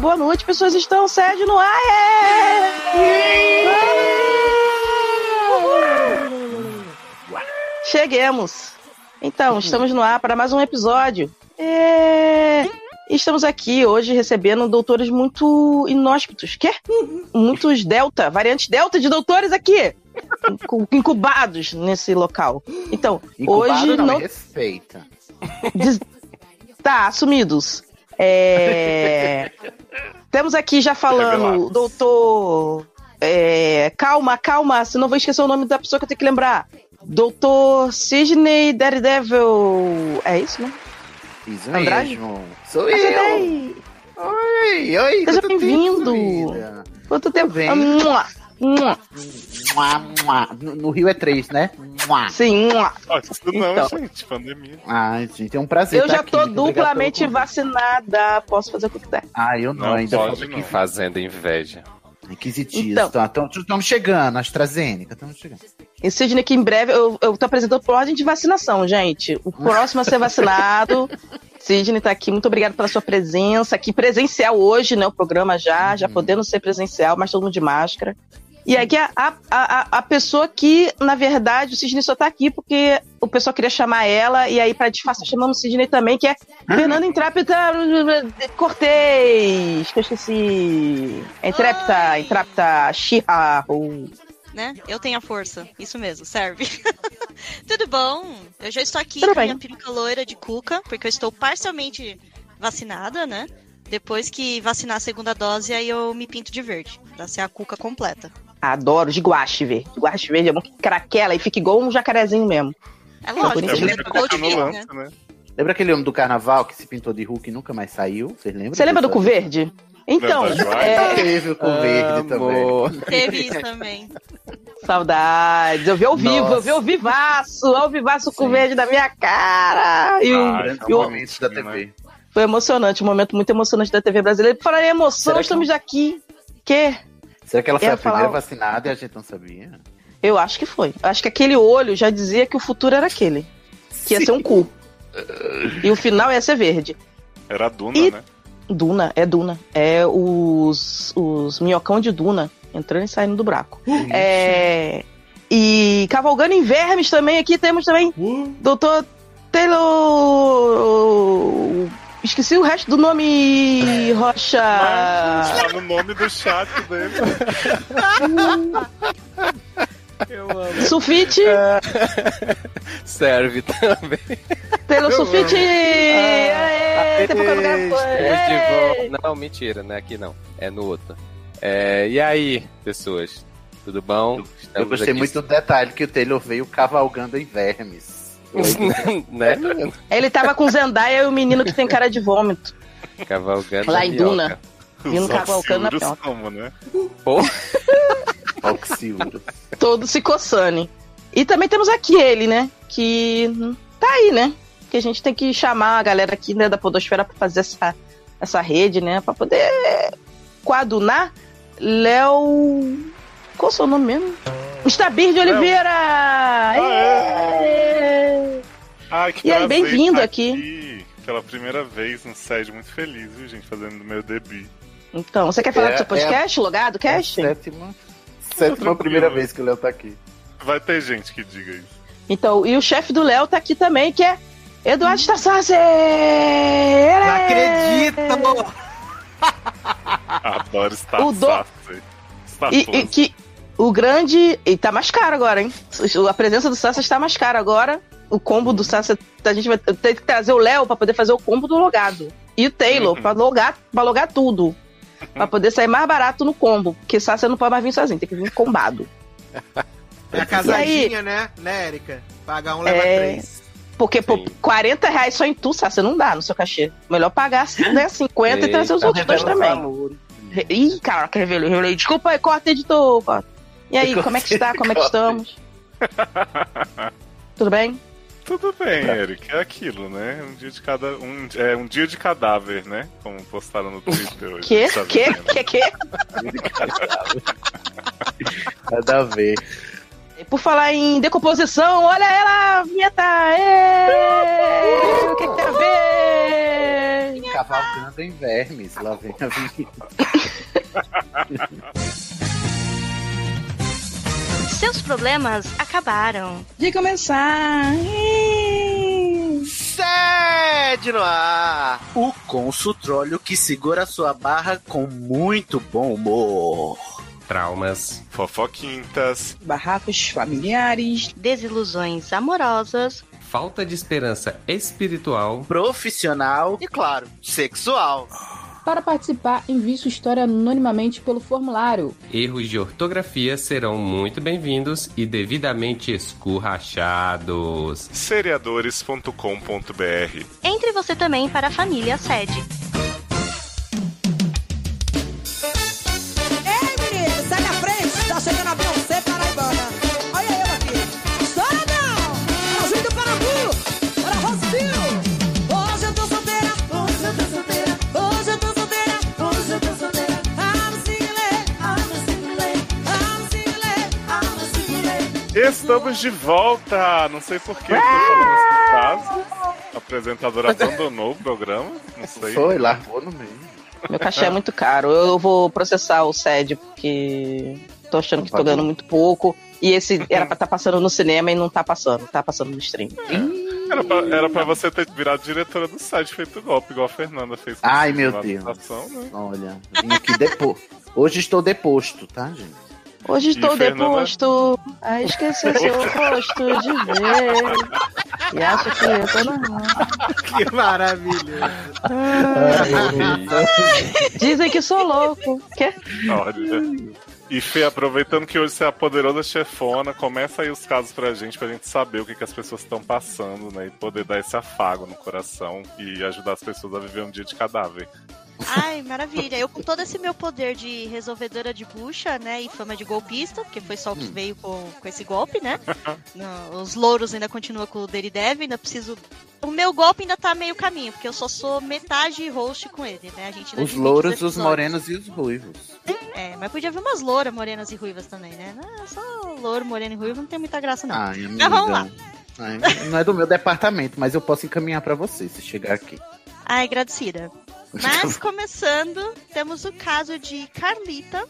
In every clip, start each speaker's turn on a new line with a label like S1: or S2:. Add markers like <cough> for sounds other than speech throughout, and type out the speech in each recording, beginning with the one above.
S1: boa noite, pessoas estão sede no ar. é! Cheguemos. Então, estamos no ar para mais um episódio. É... Estamos aqui hoje recebendo doutores muito inóspitos. Quê? Muitos delta, variantes delta de doutores aqui. incu- Incubados nesse local. Então,
S2: Incubado
S1: hoje
S2: não,
S1: não
S2: é Respeita.
S1: Des- Tá, assumidos.
S2: <laughs>
S1: É... Temos aqui já falando,
S2: Revelados.
S1: doutor. é, Calma, calma, senão eu vou esquecer o nome da pessoa que eu tenho que lembrar. Doutor Sidney Daredevil. É isso, né?
S2: Isso
S1: Andrade?
S2: mesmo. um Sou eu.
S1: Acertei!
S2: Oi, oi.
S1: Seja
S2: quanto tempo,
S1: bem-vindo.
S2: vida.
S1: Quanto tempo?
S2: bem.
S1: Ah, mua, mua.
S2: Mua, mua. No, no Rio é três, né? Mua.
S1: Sim, mua.
S3: Ah, isso não,
S2: Então.
S3: gente, pandemia.
S2: Ai, gente, é um prazer
S1: eu
S2: tá
S1: já
S2: aqui.
S1: tô
S2: Muito obrigado
S1: duplamente
S2: pelo convite.
S1: vacinada. Posso fazer o que quiser.
S2: Ah, eu não,
S3: Não
S2: ainda
S3: pode,
S2: falta
S3: não.
S4: Que fazenda inveja.
S2: 15 dias.
S1: Então.
S2: Tá, então, estamos chegando, AstraZeneca, estamos chegando.
S1: E Sidney, que em breve eu, eu tô apresentando por ordem de vacinação, gente. O próximo a ser vacinado. Sidney tá aqui, muito obrigada pela sua presença aqui, presencial hoje, né? O programa já, já podendo ser presencial, mas todo mundo de máscara. E aqui a, a, a, a pessoa que, na verdade, o Sidney só tá aqui porque o pessoal queria chamar ela, e aí, pra disfarçar, chamamos o Sidney também, que é Fernando Intrépita Cortez. Que eu esqueci. É Intrépita,
S5: Oi.
S1: Intrépita, Shihahou.
S5: né? Eu tenho a força. Isso mesmo, serve. <laughs> Tudo bom? Eu já estou aqui
S1: Tudo
S5: com
S1: bem.
S5: minha peruca loira de cuca, porque eu estou parcialmente vacinada, né? Depois que vacinar a segunda dose, aí eu me pinto de verde, pra ser a cuca completa.
S1: Adoro, de guache verde. Guache verde é bom que craquela e fica igual um jacarezinho mesmo.
S5: É
S1: bonito,
S5: lógico,
S1: né?
S5: né?
S3: Tá
S5: Gold
S3: no
S5: fit, né?
S3: lance, né?
S2: Lembra aquele homem do carnaval que se pintou de Hulk e nunca mais saiu? Vocês lembram?
S1: Você lembra do cu
S2: disso? né? Ah,
S1: verde? Então,
S3: Lembra né? da joia?
S1: é,
S2: Teve o cu verde também.
S1: Tá
S5: Teve isso também.
S1: saudades. Eu vi ao vivo,
S2: Nossa.
S1: eu vi ao vivaço, ao vivaço com
S2: Sim.
S1: verde na minha cara. E o-
S3: Ah,
S2: Grandes
S1: e o-
S2: momentos da TV.
S1: foi emocionante, um momento muito emocionante da TV brasileira. Por falar em emoção,
S2: Será que-
S1: estamos aqui. Que?
S2: Será que ela foi
S1: Eu
S2: a
S1: ia falar-
S2: primeira vacinada e a gente não sabia?
S1: Eu acho que foi. Acho que aquele olho já dizia que o futuro era aquele. Que ia ser um cu. E o final ia ser verde.
S3: Era a Duna,
S1: E-
S3: né?
S1: Duna, é Duna. É os, os minhocão de Duna entrando e saindo do buraco. É, e cavalgando em vermes também aqui temos também Dr. Taylor. Esqueci o resto do nome Rocha.
S3: Tá no nome do chat dele.
S1: <laughs> Sufite,
S4: É, Serve tá? também.
S1: Taylor Sufite. Aê, tempo que eu não gravo.
S4: <laughs> Estamos
S1: Aê.
S4: de volta. Não, mentira, não é aqui não. É no outro. É, e aí, pessoas? Tudo bom?
S2: Eu gostei
S4: <laughs>
S2: muito do detalhe que o Taylor veio cavalgando em vermes.
S1: <laughs>
S4: né, menino?
S1: Ele tava com Zendaya e o menino que tem cara de vômito.
S4: Cavalgando.
S1: Lá em
S4: a minhoca.
S1: Duna. Vindo
S3: Os
S1: cavalcando um na
S3: auxílios
S1: piroca.
S3: somos, né?
S2: Oxiuro.
S1: todo se coçando. E também temos aqui ele, né? Que hum, tá aí, né? Que a gente tem que chamar a galera aqui né, da Podosfera pra fazer essa, essa rede, né? Pra poder coadunar. Léo. Qual o seu nome mesmo? Estabir de Oliveira!
S2: Ah, é.
S1: Aê!
S3: Ah, que
S1: E aí,
S3: prazer
S1: bem-vindo
S3: estar
S1: aqui.
S3: Pela primeira vez no sede, muito feliz, viu, gente? Fazendo meu debut.
S1: Então, você quer falar
S2: É,
S1: do seu podcast, logado, cast?
S2: Sétima. Sétima primeira vez que o Léo tá aqui.
S3: Vai ter gente que diga
S1: <laughs>
S3: isso.
S1: Então, e o chefe do Léo tá aqui também, que é Eduardo Stassase!
S6: Não acredito!
S3: Adoro estar
S1: O do-
S3: Sassi. Está
S1: E, e que o grande. E tá mais caro agora, hein? A presença do Sassi está mais cara agora. O combo do Sassi. A gente vai ter que trazer o Léo pra poder fazer o combo do logado. E o Taylor
S3: Uhum.
S1: pra, logar, pra logar tudo. Pra poder sair mais barato no combo. Porque Sassi não pode mais vir sozinho, tem que vir combado.
S6: É a casadinha, né? Né, Erika? Paga um, leva
S1: É.
S6: três.
S1: Porque, pô,
S4: Sim.
S1: 40 reais só em tu, Sassi, não dá no seu cachê. Melhor pagar né, 50 e trazer os
S4: Eita,
S1: outros dois
S2: Revela
S1: também.
S2: valores.
S1: Re- Ih, caraca, revelei, revelei. Desculpa aí, corta, editor. corta. E aí, como é que está? Como é que
S2: Corta.
S1: estamos? Tudo bem?
S3: Tudo bem, Eric. É aquilo, né? Um dia de cada. Um, é um dia de cadáver, né? Como postaram no Twitter hoje.
S1: Que?
S3: Tá
S1: Que?
S3: vendo?
S1: Que? Que?
S2: Nada a ver.
S1: Por falar em decomposição, olha ela, vinheta! Ê! O que que tem é a ver?
S2: Cavalgando em vermes, lá vem a vingança.
S5: Seus problemas acabaram.
S1: De começar. Ih.
S6: Sede no ar! O consultróleo que segura sua barra com muito bom humor.
S4: Traumas.
S3: Fofoquintas.
S1: Barracos familiares.
S5: Desilusões amorosas.
S4: Falta de esperança espiritual.
S6: Profissional e,
S7: <laughs>
S6: claro, sexual.
S8: Para participar, envie sua história anonimamente pelo formulário.
S4: Erros de ortografia serão muito bem-vindos e devidamente escurrachados.
S3: Seriadores.com.br
S5: Entre você também para a família sede.
S9: Ei, menino, sai da frente, tá chegando a Beyoncé Paraibana. Olha eu aqui. Chora não! Pra Juiz do Parambu, para Rossio. Hoje eu tô solteira, hoje eu tô solteira, hoje eu tô solteira, hoje eu tô solteira. Ah, I'm single, I'm single, I'm single, I'm single.
S3: Estamos de volta! Não sei por que que eu tô
S2: Ah!
S3: falando essa frase. A apresentadora abandonou o programa. Não sei.
S2: Foi, largou no meio.
S1: Meu cachê é muito caro. Eu vou processar o SED porque tô achando que tô ganhando muito pouco. E esse era pra estar passando no cinema e não tá passando. Tá passando no stream.
S3: Era pra, era pra você ter virado diretora do site, feito golpe, igual a Fernanda fez. com
S2: Ai,
S3: a
S2: meu
S3: apresentação, né?
S2: Olha, vim aqui depois. Hoje estou deposto, tá, gente?
S1: Hoje estou
S3: E Fernanda?
S1: deposto a esquecer seu rosto de ver. E acho que eu tô normal.
S6: Que maravilha.
S2: É.
S1: Dizem que sou louco. Quê?
S3: Olha. E Fê, aproveitando que hoje você é a poderosa chefona, começa aí os casos pra gente, pra gente saber o que, que as pessoas estão passando, né? E poder dar esse afago no coração e ajudar as pessoas a viver um dia de cadáver.
S5: Ai, maravilha. Eu, com todo esse meu poder de resolvedora de bucha, né? E fama de golpista, porque foi só o que
S2: Hum.
S5: veio com, com esse golpe,
S2: <laughs>
S5: né? Não, os louros ainda continuam com o Deridev, ainda preciso. O meu golpe ainda tá meio caminho, porque eu só sou metade host com ele, né? A gente ainda
S2: Os
S5: divide
S2: louros, os
S5: episódios.
S2: morenos e os ruivos.
S5: É, mas podia vir umas louras, morenas e ruivas também, né? Não, só louro, moreno e ruivo não tem muita graça, não.
S2: Ai, amiga.
S5: Mas vamos lá.
S2: Ai, não é do meu departamento, mas eu posso encaminhar pra você se chegar aqui.
S5: Ai, agradecida.
S2: <laughs>
S5: Mas começando, temos o caso de Carlita,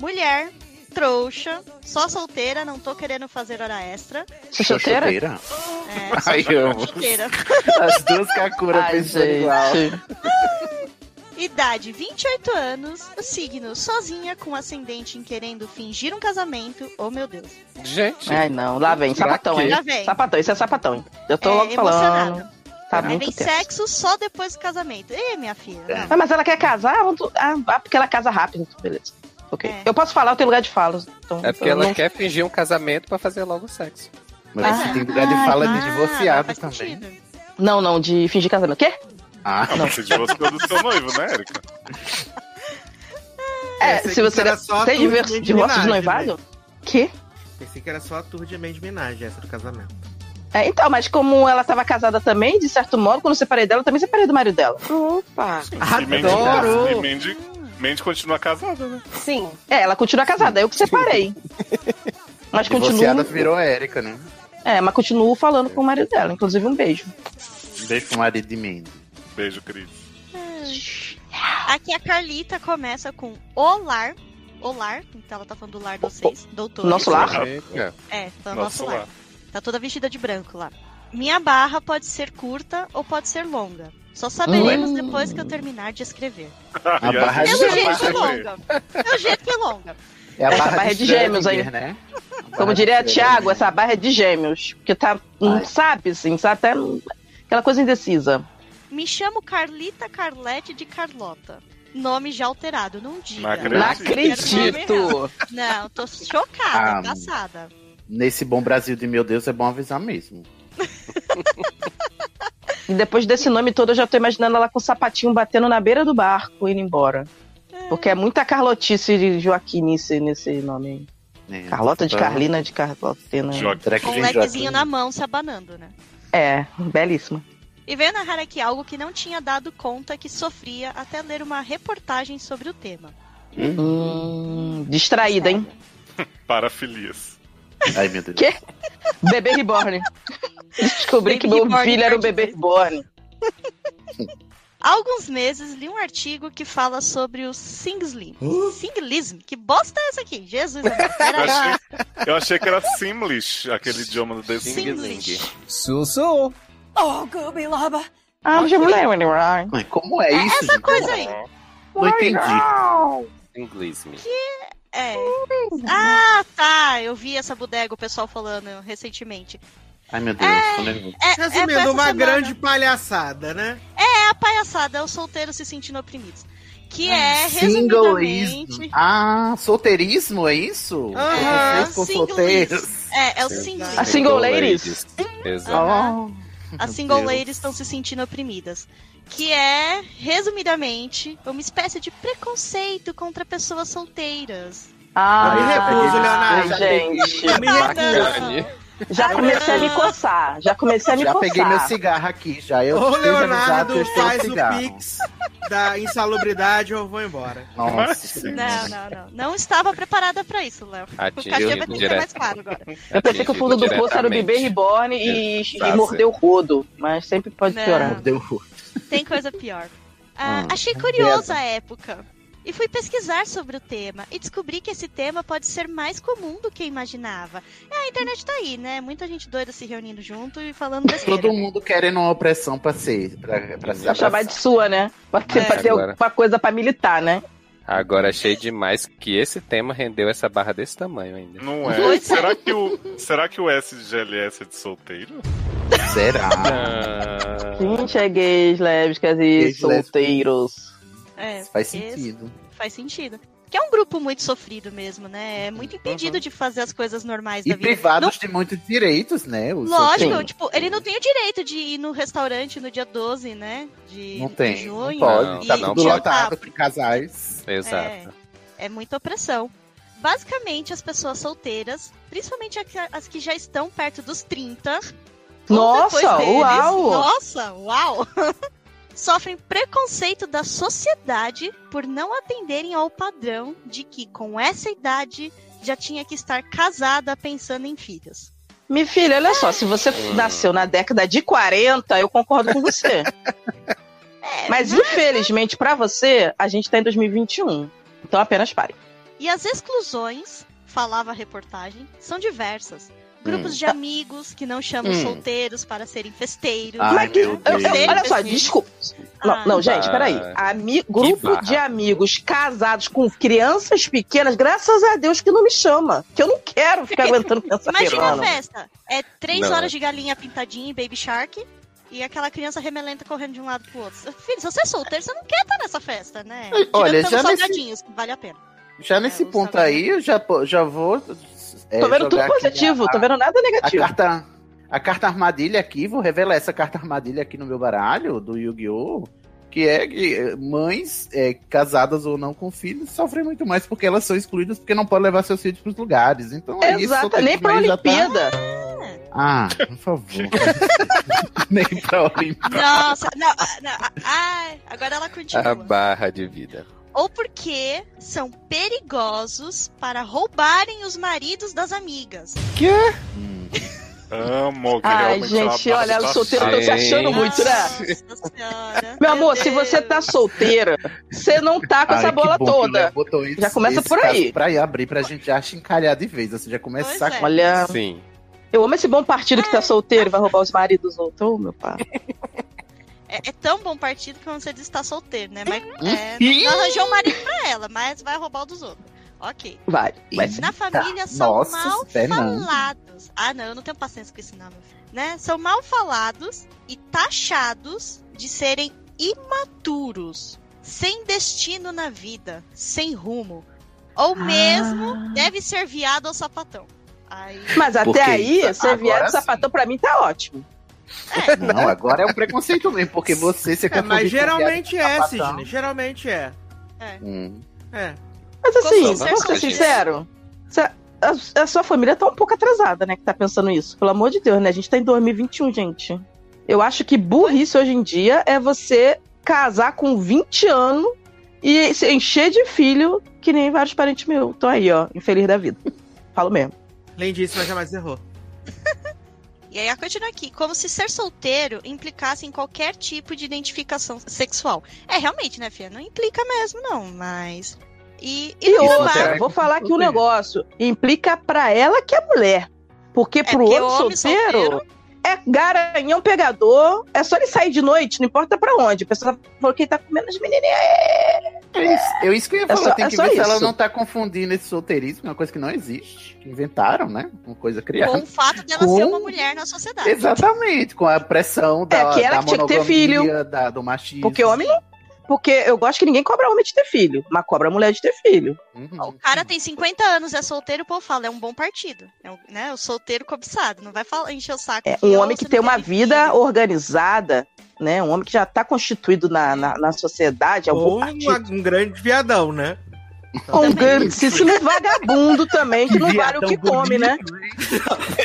S5: mulher, trouxa, só solteira, não tô querendo fazer hora extra.
S1: Sou solteira?
S2: Chuteira?
S5: É, só
S2: Ai, amo.
S5: solteira.
S2: As duas Kakura
S1: Ai,
S2: pensando igual.
S1: gente.
S5: Idade 28 anos, o signo sozinha com ascendente em querendo fingir um casamento. Oh meu Deus.
S4: Gente,
S1: Ai, não. Lá vem. Sapatão, hein?
S5: Já vem.
S1: Sapatão. Isso é sapatão. hein? Eu tô
S5: é,
S1: logo falando.
S5: emocionada.
S1: Tá
S5: Aí
S1: muito
S5: vem
S1: tenso.
S5: sexo só depois do casamento. Ê, minha filha. Tá
S2: É.
S5: não.
S1: Ah, mas ela quer casar? Vamos tu- Ah, ah, porque ela casa rápido. Beleza. Ok.
S5: É.
S1: Eu posso falar, eu tenho lugar de fala. Então,
S4: é porque
S1: eu
S4: ela
S1: não-
S4: quer fingir um casamento pra fazer logo sexo.
S2: Mas
S1: Ah,
S2: você tem lugar de
S5: Ai, ah, tá
S2: fala de
S5: para,
S2: divorciado
S5: faz
S2: também.
S5: sentido.
S1: Não, não, de fingir casamento. O quê?
S2: Ah,
S3: Não, você divorciou do seu noivo, né, Erika?
S1: É,
S6: Pensei
S1: se
S6: que
S1: você
S6: era só
S1: tem
S6: tudo
S1: divor-
S6: de
S1: divórcio
S6: homenagem,
S1: de noivado? Que?
S6: Pensei que era só a tour de Mandy
S7: ah,
S6: Minaj, essa do casamento.
S1: É, então, mas como ela tava casada também, de certo modo, quando eu separei dela, eu também separei do marido dela. Opa!
S3: E Mandy-
S6: Adoro!
S3: E Mandy, Mandy continua casada, né?
S8: Sim.
S1: É, ela continua casada, eu que
S2: <laughs>
S1: separei. Mas
S2: divorciada
S1: continuo.
S2: virou Érica, né?
S1: É, mas continuo falando com o marido dela. Inclusive, um beijo.
S2: Beijo com o marido de mim.
S3: Beijo, Cris.
S5: Aqui a Carlita começa com Olar. Olar, então ela tá falando do lar de vocês, doutor.
S1: Nosso lar?
S4: Eita.
S5: É, tá
S3: Nosso
S5: nosso lar.
S3: lar.
S5: Tá toda vestida de branco lá. Minha barra pode ser curta ou pode ser longa. Só saberemos depois que eu terminar de escrever.
S2: A
S3: <laughs> E
S2: barra
S3: a
S5: Pelo
S2: de
S3: gente vai
S5: jeito
S3: fazer.
S5: que longa. Pelo jeito que é longa.
S2: É a
S1: Essa barra é de gêmeos,
S2: Schrödinger,
S1: hein?
S2: Né? A barra
S1: Como
S2: de
S1: diria
S2: Schrödinger.
S1: Thiago, essa barra é de gêmeos. Porque tá. Não
S2: Ai.
S1: sabe, assim, sabe? Até aquela coisa indecisa.
S5: Me chamo Carlita Carlete de Carlota. Nome já alterado, não diga.
S3: Não
S1: Não
S5: Quero nome errado.
S1: acredito!
S5: Não, tô chocada,
S2: Ah,
S5: passada.
S2: Nesse bom Brasil de meu Deus, é bom avisar mesmo.
S1: E depois desse nome todo, eu já tô imaginando ela com o sapatinho batendo na beira do barco, indo embora. Porque é muita Carlotice de Joaquinice nesse nome. aí.
S2: né?
S1: Carlota de
S2: Então,
S1: Carlina de Carlotina.
S3: Joaquim.
S2: Será que
S5: Com um
S2: vem
S5: lequezinho
S2: Joaquim?
S5: na mão, se abanando, né?
S1: É, belíssima.
S5: E veio narrar aqui algo que não tinha dado conta que sofria até ler uma reportagem sobre o tema.
S1: Hum, distraída, hein?
S3: Parafilias.
S2: Ai, meu Deus.
S1: Que- Bebê <laughs> reborn. Descobri
S5: Baby
S1: que meu
S5: reborn
S1: filho era um
S5: parte
S1: bebê reborn.
S5: Há alguns meses li um artigo que fala sobre o singlism. Singlism? Que bosta é essa aqui? Jesus,
S7: <laughs>
S5: amado.
S3: Eu
S5: Peraí.
S3: achei, eu achei que era Simlish, aquele idioma do The
S5: Singlish.
S4: Sussu!
S9: Oh, Gooby Loba.
S1: Ah, não mulher, right?
S2: Mas como é isso?
S5: Essa
S2: gente?
S5: coisa aí.
S2: Não entendi.
S4: Inglês, me.
S5: É. Ah, tá. Eu vi essa bodega, o pessoal falando recentemente.
S2: Ai, meu Deus, tô nervoso.
S5: É, é pra essa
S7: Resumindo, uma
S5: semana.
S7: grande palhaçada, né?
S5: É a palhaçada, é os solteiros se sentindo oprimidos. Que
S7: Ah,
S5: é,
S2: Singleismo.
S5: resumidamente...
S2: Ah, solteirismo, é isso?
S7: Aham,
S2: Vocês com
S5: singleismo.
S2: solteiros.
S5: É, é o singlism.
S1: A single ladies.
S4: Exato.
S5: Aham.
S2: Meu
S5: As single
S2: Deus.
S5: ladies estão se sentindo oprimidas. Que é, resumidamente, uma espécie de preconceito contra pessoas solteiras.
S1: Ah,
S7: me recuso, Leonardo.
S1: gente.
S7: Me recuso.
S1: Já comecei a me coçar. Já comecei a Tá me
S2: Já
S1: coçar.
S2: peguei meu cigarro aqui, já. Eu
S7: Ô,
S2: esteja avisado que
S7: Leonardo
S2: eu tenho
S7: faz o
S2: cigarro.
S7: pix da insalubridade ou eu vou embora.
S3: é
S2: Nossa, gente.
S5: Não, não, não. Não estava preparada pra isso, Léo. O
S2: um
S5: cachê vai ter que
S4: Atingido
S5: ser mais
S4: direto.
S5: claro agora.
S1: Eu pensei que o fundo do
S4: Atingido
S1: poço era o bebê
S4: diretamente.
S1: reborn e, e
S4: Tá
S1: mordeu o rodo. Mas sempre pode
S5: Não.
S1: piorar.
S2: Deu
S5: Tem coisa pior. Ah,
S2: Hum,
S5: achei curiosa a época. E fui pesquisar sobre o tema e descobri que esse tema pode ser mais comum do que imaginava. É, a internet tá aí, né? Muita gente doida se reunindo junto
S2: <laughs>
S5: e falando besteira.
S2: Todo mundo querendo uma opressão pra ser. Pra, pra se
S1: Pra chamar de sua, né? Pra ter,
S5: É.
S1: pra ter
S4: Agora.
S1: alguma coisa pra militar, né?
S4: Agora achei demais que esse tema rendeu essa barra desse tamanho ainda.
S3: Não é?
S5: Pois é.
S3: Será que, o, será que o S de GLS é de solteiro?
S2: abraçar. Será?
S5: Ah.
S1: Gente, é gays, lésbicas e
S2: Gays,
S1: solteiros.
S5: É,
S2: Faz
S5: porque
S2: sentido.
S5: Faz sentido. Que é um grupo muito sofrido mesmo, né? É muito impedido de fazer as coisas normais
S2: E
S5: da vida.
S2: privados de muitos direitos, né?
S5: Não-
S2: Os
S5: lógico,
S2: solteiros.
S5: tipo, ele não tem o direito de ir no restaurante no dia 12, né? De,
S2: Não
S5: de
S2: tem. Não
S5: junho.
S2: pode.
S4: E-
S2: Tá
S7: um
S4: não um
S2: tudo
S4: pode.
S2: lotado de casais.
S4: Exato.
S5: É muita opressão. Basicamente, as pessoas solteiras, principalmente a que- as que já estão perto dos 30, ou
S1: Nossa,
S5: depois deles,
S1: uau!
S5: Nossa, uau! <laughs> Sofrem preconceito da sociedade por não atenderem ao padrão de que com essa idade já tinha que estar casada pensando em filhos.
S1: Minha filha, olha só, se você nasceu na década de 40, eu concordo com <laughs> você.
S5: É, né?
S1: Mas infelizmente pra você, a gente tá em 2021. Então apenas pare.
S5: E as exclusões, falava a reportagem, são diversas.
S1: Hum.
S5: Grupos de amigos que não chamam
S2: Hum.
S5: solteiros para serem festeiros.
S1: Ah,
S2: Ai,
S5: né?
S2: meu
S1: Eu- Ah. eu-
S2: Deus. Ah.
S1: olha só,
S5: Sim.
S1: desculpa. Não, não, gente, peraí. Ami- grupo
S4: barra.
S1: de amigos casados com crianças pequenas, graças a Deus que não me chama. Que eu não quero ficar aguentando <laughs> criança
S5: Imagina a
S1: pequena.
S5: festa. É três
S4: Não.
S5: horas de galinha pintadinha e baby shark. E aquela criança remelenta correndo de um lado pro outro. Filho, se você é solteiro, você não quer estar nessa festa, né?
S2: Olha,
S5: Tirando
S2: já
S1: é
S5: pelos
S2: nesse-
S5: salgadinhos, que vale a pena.
S2: Já nesse
S5: É, os
S2: ponto
S5: salgados.
S2: aí, eu já, po- já vou. é,
S1: Tô vendo
S2: jogar
S1: tudo
S2: aqui
S1: positivo,
S2: a-
S1: tô vendo nada
S2: a
S1: negativo.
S2: carta, a carta armadilha aqui, vou revelar essa carta armadilha aqui no meu baralho do Yu-Gi-Oh! Que é que eh, mães eh, casadas ou não com filhos sofrem muito mais porque elas são excluídas porque não podem levar seus filhos para os lugares. Então é isso.
S1: Exato, nem
S2: solteirismo
S1: pra
S2: aí já tá-
S1: Olimpíada.
S2: Ah,
S1: <laughs>
S2: por favor. nem pra Olimpíada.
S5: Nossa, não, ah, não, ai, agora ela
S4: A
S5: continua.
S4: barra de vida.
S5: Ou porque são perigosos para roubarem os maridos das amigas.
S3: Amo, que
S1: Ai,
S3: realmente
S1: gente,
S3: é uma
S1: olha,
S3: barra
S1: o solteiro
S3: da-
S1: tá se achando
S4: Gente.
S1: muito, né?
S5: Nossa senhora.
S1: Meu amor, se você tá solteira, você não tá com
S2: Ai,
S1: essa
S2: que
S1: bola
S2: bom que o Léo
S1: toda.
S2: botou esse-
S1: Já começa
S2: esse
S1: por
S2: caso
S1: aí.
S2: Pra ir abrir pra gente já chincalhar de vez. Assim, já começar
S5: Pois é.
S2: com
S1: Olha,
S4: Sim.
S1: eu amo esse bom partido que tá solteiro e vai roubar os maridos outros. Ô, meu pai.
S5: É, é tão bom partido que você diz que tá solteiro, né? Mas é,
S2: Ih!
S5: não arranjou um marido pra ela, mas vai roubar o dos outros. Ok.
S1: Vai, vai.
S2: Ih,
S1: sim.
S5: Na família são
S2: Nossa,
S5: mal
S2: Fernanda.
S5: falados. Ah, não, eu não tenho paciência com isso, não, meu filho. Né? São mal falados e taxados de serem imaturos, sem destino na vida, sem rumo. Ou mesmo deve ser viado ao sapatão. Aí,
S1: Mas até
S2: Porque
S1: aí,
S2: isso-
S1: ser viado
S2: agora
S1: de sapatão pra mim tá ótimo.
S2: <laughs> Não, agora é um preconceito mesmo, porque você se
S7: É, mas
S2: confunde com viagem
S7: geralmente
S2: de
S7: é,
S2: sapatão.
S7: Sidney. Geralmente é.
S2: Hum.
S7: É.
S1: Mas assim,
S5: Como
S4: ser
S1: vamos ser
S4: solteiro?
S1: sincero. cê- a- A sua família tá um pouco atrasada, né? Que tá pensando isso. Pelo amor de Deus, né? A gente tá em 2021, gente. Eu acho que burrice hoje em dia é você casar com 20 anos e se encher de filho, que nem vários parentes Então meus. Tô aí, ó, infeliz da vida. Falo mesmo.
S7: Além disso, mas jamais errou.
S5: E aí ela continua aqui, como se ser solteiro implicasse em qualquer tipo de identificação sexual. É, realmente, né, Fia? Não implica mesmo, não, mas. E,
S1: E
S5: não
S1: outra, vou falar aqui um negócio. Implica pra ela que é mulher. Porque pro
S5: É, porque
S1: outro
S5: homem
S1: solteiro,
S5: solteiro-
S1: é garanhão pegador. É só ele sair de noite, não importa pra onde. A pessoa falou que ele tá comendo as menininhas.
S2: É isso, eu isso que eu ia
S1: É
S2: falar,
S1: só-
S2: tem
S1: é
S2: que
S1: só
S2: ver se ela
S1: isso.
S2: não tá confundindo esse solteirismo, uma coisa que não existe, que inventaram, né? Uma coisa criada.
S5: Com o fato dela
S2: Com-
S5: ser uma mulher na
S2: <laughs>
S5: sociedade.
S2: Exatamente, com a pressão da,
S1: É, que ela
S2: da
S1: que tinha que ter
S2: monogamia,
S1: filho.
S2: da- do machismo.
S1: Porque homem não. Porque eu gosto que ninguém cobra homem de ter filho, mas cobra mulher de ter filho.
S2: Uhum.
S5: O cara tem 50 anos, é solteiro, o povo fala, é um bom partido. É um, né, o solteiro cobiçado, não vai falar, encher o saco.
S1: É,
S5: que,
S1: um
S5: "Ô,
S1: homem que
S5: você
S1: tem
S5: não
S1: uma
S5: teve
S1: vida
S5: filho".
S1: organizada, né? Um homem que já tá constituído na, na, na sociedade, é um bom
S7: Ou
S1: partido.
S7: uma- um grande viadão, né?
S1: Com um
S5: É
S1: grande, se, se não <laughs> vagabundo também, que não vale o
S7: Viadão
S1: que come, né?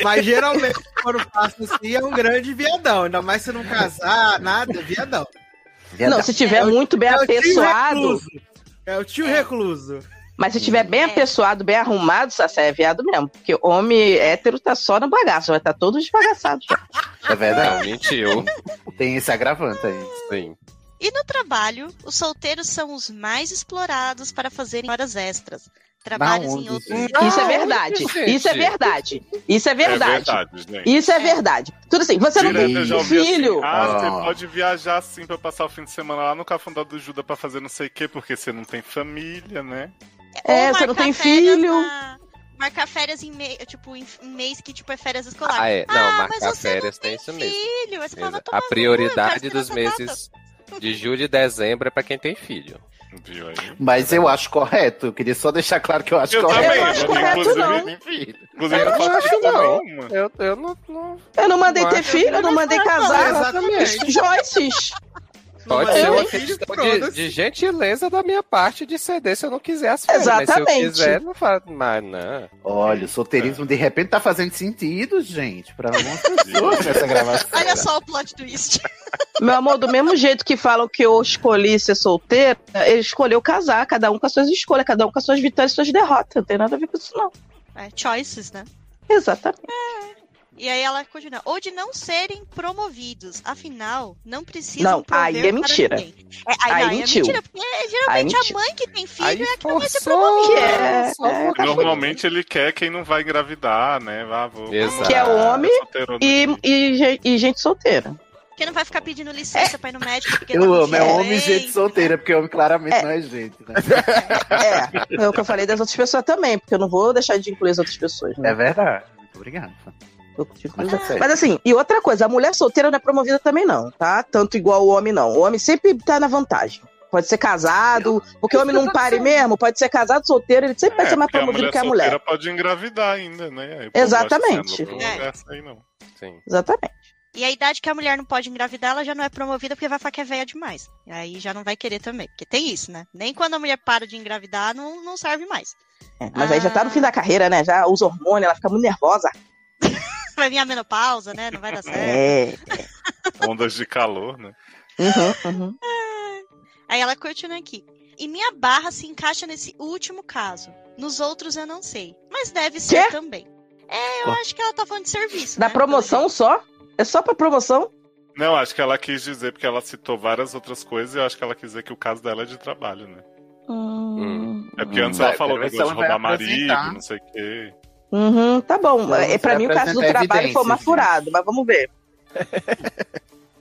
S7: Mas geralmente, <laughs> quando passa assim, é um grande viadão. Ainda mais se não casar, nada, viadão.
S2: é
S1: Não, se tiver muito bem
S7: É o tio
S1: apessoado,
S7: recluso. É o tio recluso.
S1: mas se tiver bem apessoado, bem arrumado, Sassá, é viado mesmo. Porque homem hétero tá só no bagaço, vai tá todo esbagaçado. já.
S2: É
S4: Não,
S2: verdade.
S4: mentiu.
S2: Tem esse agravante aí.
S4: Sim.
S5: E no trabalho, os solteiros são os mais explorados para fazerem horas extras. Trabalhos
S2: onde
S5: em outros
S2: isso?
S4: Ah,
S1: Isso é verdade. Isso é verdade. Isso é
S3: É
S1: verdade.
S3: verdade, gente.
S1: Isso é verdade. Tudo assim, você não
S3: Direto eu já
S1: tem
S3: ouvi assim,
S1: filho.
S3: ah,
S2: Ah.
S3: você pode viajar sim pra passar o fim de semana lá no Cafundá do Juda pra fazer não sei o quê, porque você não tem família, né?
S1: É,
S5: Ou
S1: você não
S5: marcar
S1: tem
S5: férias
S1: filho.
S5: na- Marcar férias em, mei- tipo, em em mês que tipo, é férias escolares.
S4: Ah, é. Não,
S5: mas
S4: marcar
S5: você não
S4: férias tem isso mesmo.
S5: Filho, essa palavra
S4: Exa- A prioridade
S5: eu quero
S4: dos
S5: criança
S4: meses de julho e dezembro é pra quem tem filho.
S3: Viu aí?
S2: Mas eu acho correto, eu queria só deixar claro que eu acho
S3: Eu
S2: correto.
S3: também,
S1: Eu não acho correto,
S3: inclusive,
S1: não.
S2: Enfim,
S3: Inclusive,
S4: Eu não
S3: faço
S4: acho,
S3: coisa
S4: não.
S3: nenhuma.
S4: Eu, eu não, não-
S1: Eu não mandei ter
S4: Mas- tá
S1: filho, eu não mandei casar.
S4: Exatamente.
S1: Joyces.
S4: Pode
S7: Não
S4: ser
S7: vai
S4: uma
S7: ter filho,
S4: questão de,
S7: foda-se.
S4: de gentileza da minha parte de ceder se eu não quiser as férias. Mas se
S1: Exatamente.
S4: eu quiser, não faz. Mas não.
S2: Olha, o solteirismo de repente tá fazendo sentido, gente, pra um algumas
S1: <laughs>
S2: pessoas nessa gravação.
S5: Olha só o plot twist. <laughs>
S1: Meu amor, do mesmo jeito que falam que eu escolhi ser solteira, ele escolheu casar, cada um com as suas escolhas, cada um com as suas vitórias e suas derrotas. Não tem nada a ver com isso, não.
S5: É, choices, né?
S1: Exatamente.
S5: E aí ela continua. Ou de não serem promovidos. Afinal, não precisam.
S1: Não, aí
S5: prover
S1: é mentira.
S5: para ninguém. É, aí,
S1: Aí
S5: não, aí é
S1: mentiu.
S5: mentira. Porque é,
S1: Aí
S5: geralmente
S1: mentiu.
S5: a mãe que tem filho
S4: Aí
S5: é a que não vai ser
S4: forçou.
S5: promovida.
S1: Que é-
S4: Ah, Só
S1: é-
S4: forçou.
S3: Normalmente ele quer quem não vai engravidar, né? Ah, vou,
S4: Exato.
S1: Que é homem
S3: solteirona
S1: E,
S3: aqui.
S1: e, ge- e gente solteira.
S5: Porque não vai ficar pedindo licença pra ir no médico. Porque
S2: Eu
S5: tá com
S2: amo, é
S5: filho
S2: homem e
S5: doente,
S2: gente solteira, porque homem claramente
S1: É.
S2: não é gente, né?
S1: É, é o que eu falei das outras pessoas também, porque eu não vou deixar de incluir as outras pessoas.
S2: É
S1: Né?
S2: verdade. Muito obrigado.
S1: Eu te incluo
S2: Mas tá certo.
S1: Mas assim, e outra coisa, a mulher solteira não é promovida também não, tá? Tanto igual o homem não. O homem sempre tá na vantagem. Pode ser casado, porque o homem não pare mesmo, pode ser casado, solteiro, ele sempre vai ser mais
S3: É, porque
S1: promovido que a mulher.
S3: solteira pode engravidar ainda, né? Aí o povo
S1: Exatamente.
S3: acha que ela não
S5: É.
S3: conversa aí, não.
S4: Sim.
S1: Exatamente.
S5: E a idade que a mulher não pode engravidar, ela já não é promovida porque vai falar que é velha demais. E aí já não vai querer também. Porque tem isso, né? Nem quando a mulher para de engravidar, não, não serve mais.
S1: É, mas aí já tá no
S5: Ah.
S1: fim da carreira, né? Já usa hormônio, ela fica muito nervosa.
S5: Vai vir a menopausa, né? Não vai dar certo.
S1: É.
S3: Ondas de calor, né?
S1: Uhum, uhum.
S5: Aí ela continua aqui. E minha barra se encaixa nesse último caso. Nos outros eu não sei. Mas deve ser
S1: Quê?
S5: também. É, eu acho que ela tá falando de serviço.
S1: Da
S5: né?
S1: promoção só? É só pra promoção?
S3: Não, acho que ela quis dizer, porque ela citou várias outras coisas e eu acho que ela quis dizer que o caso dela é de trabalho, né?
S1: Hum.
S3: É porque antes
S2: Vai,
S3: ela falou
S2: quero ver
S3: que
S2: se
S3: gosta de
S2: ela vai
S3: roubar marido,
S2: apresentar.
S3: não sei o quê.
S1: Uhum, tá bom. É, pra mim o caso do
S2: apresenta
S1: trabalho foi uma
S2: evidências, né?
S1: furada, mas vamos ver.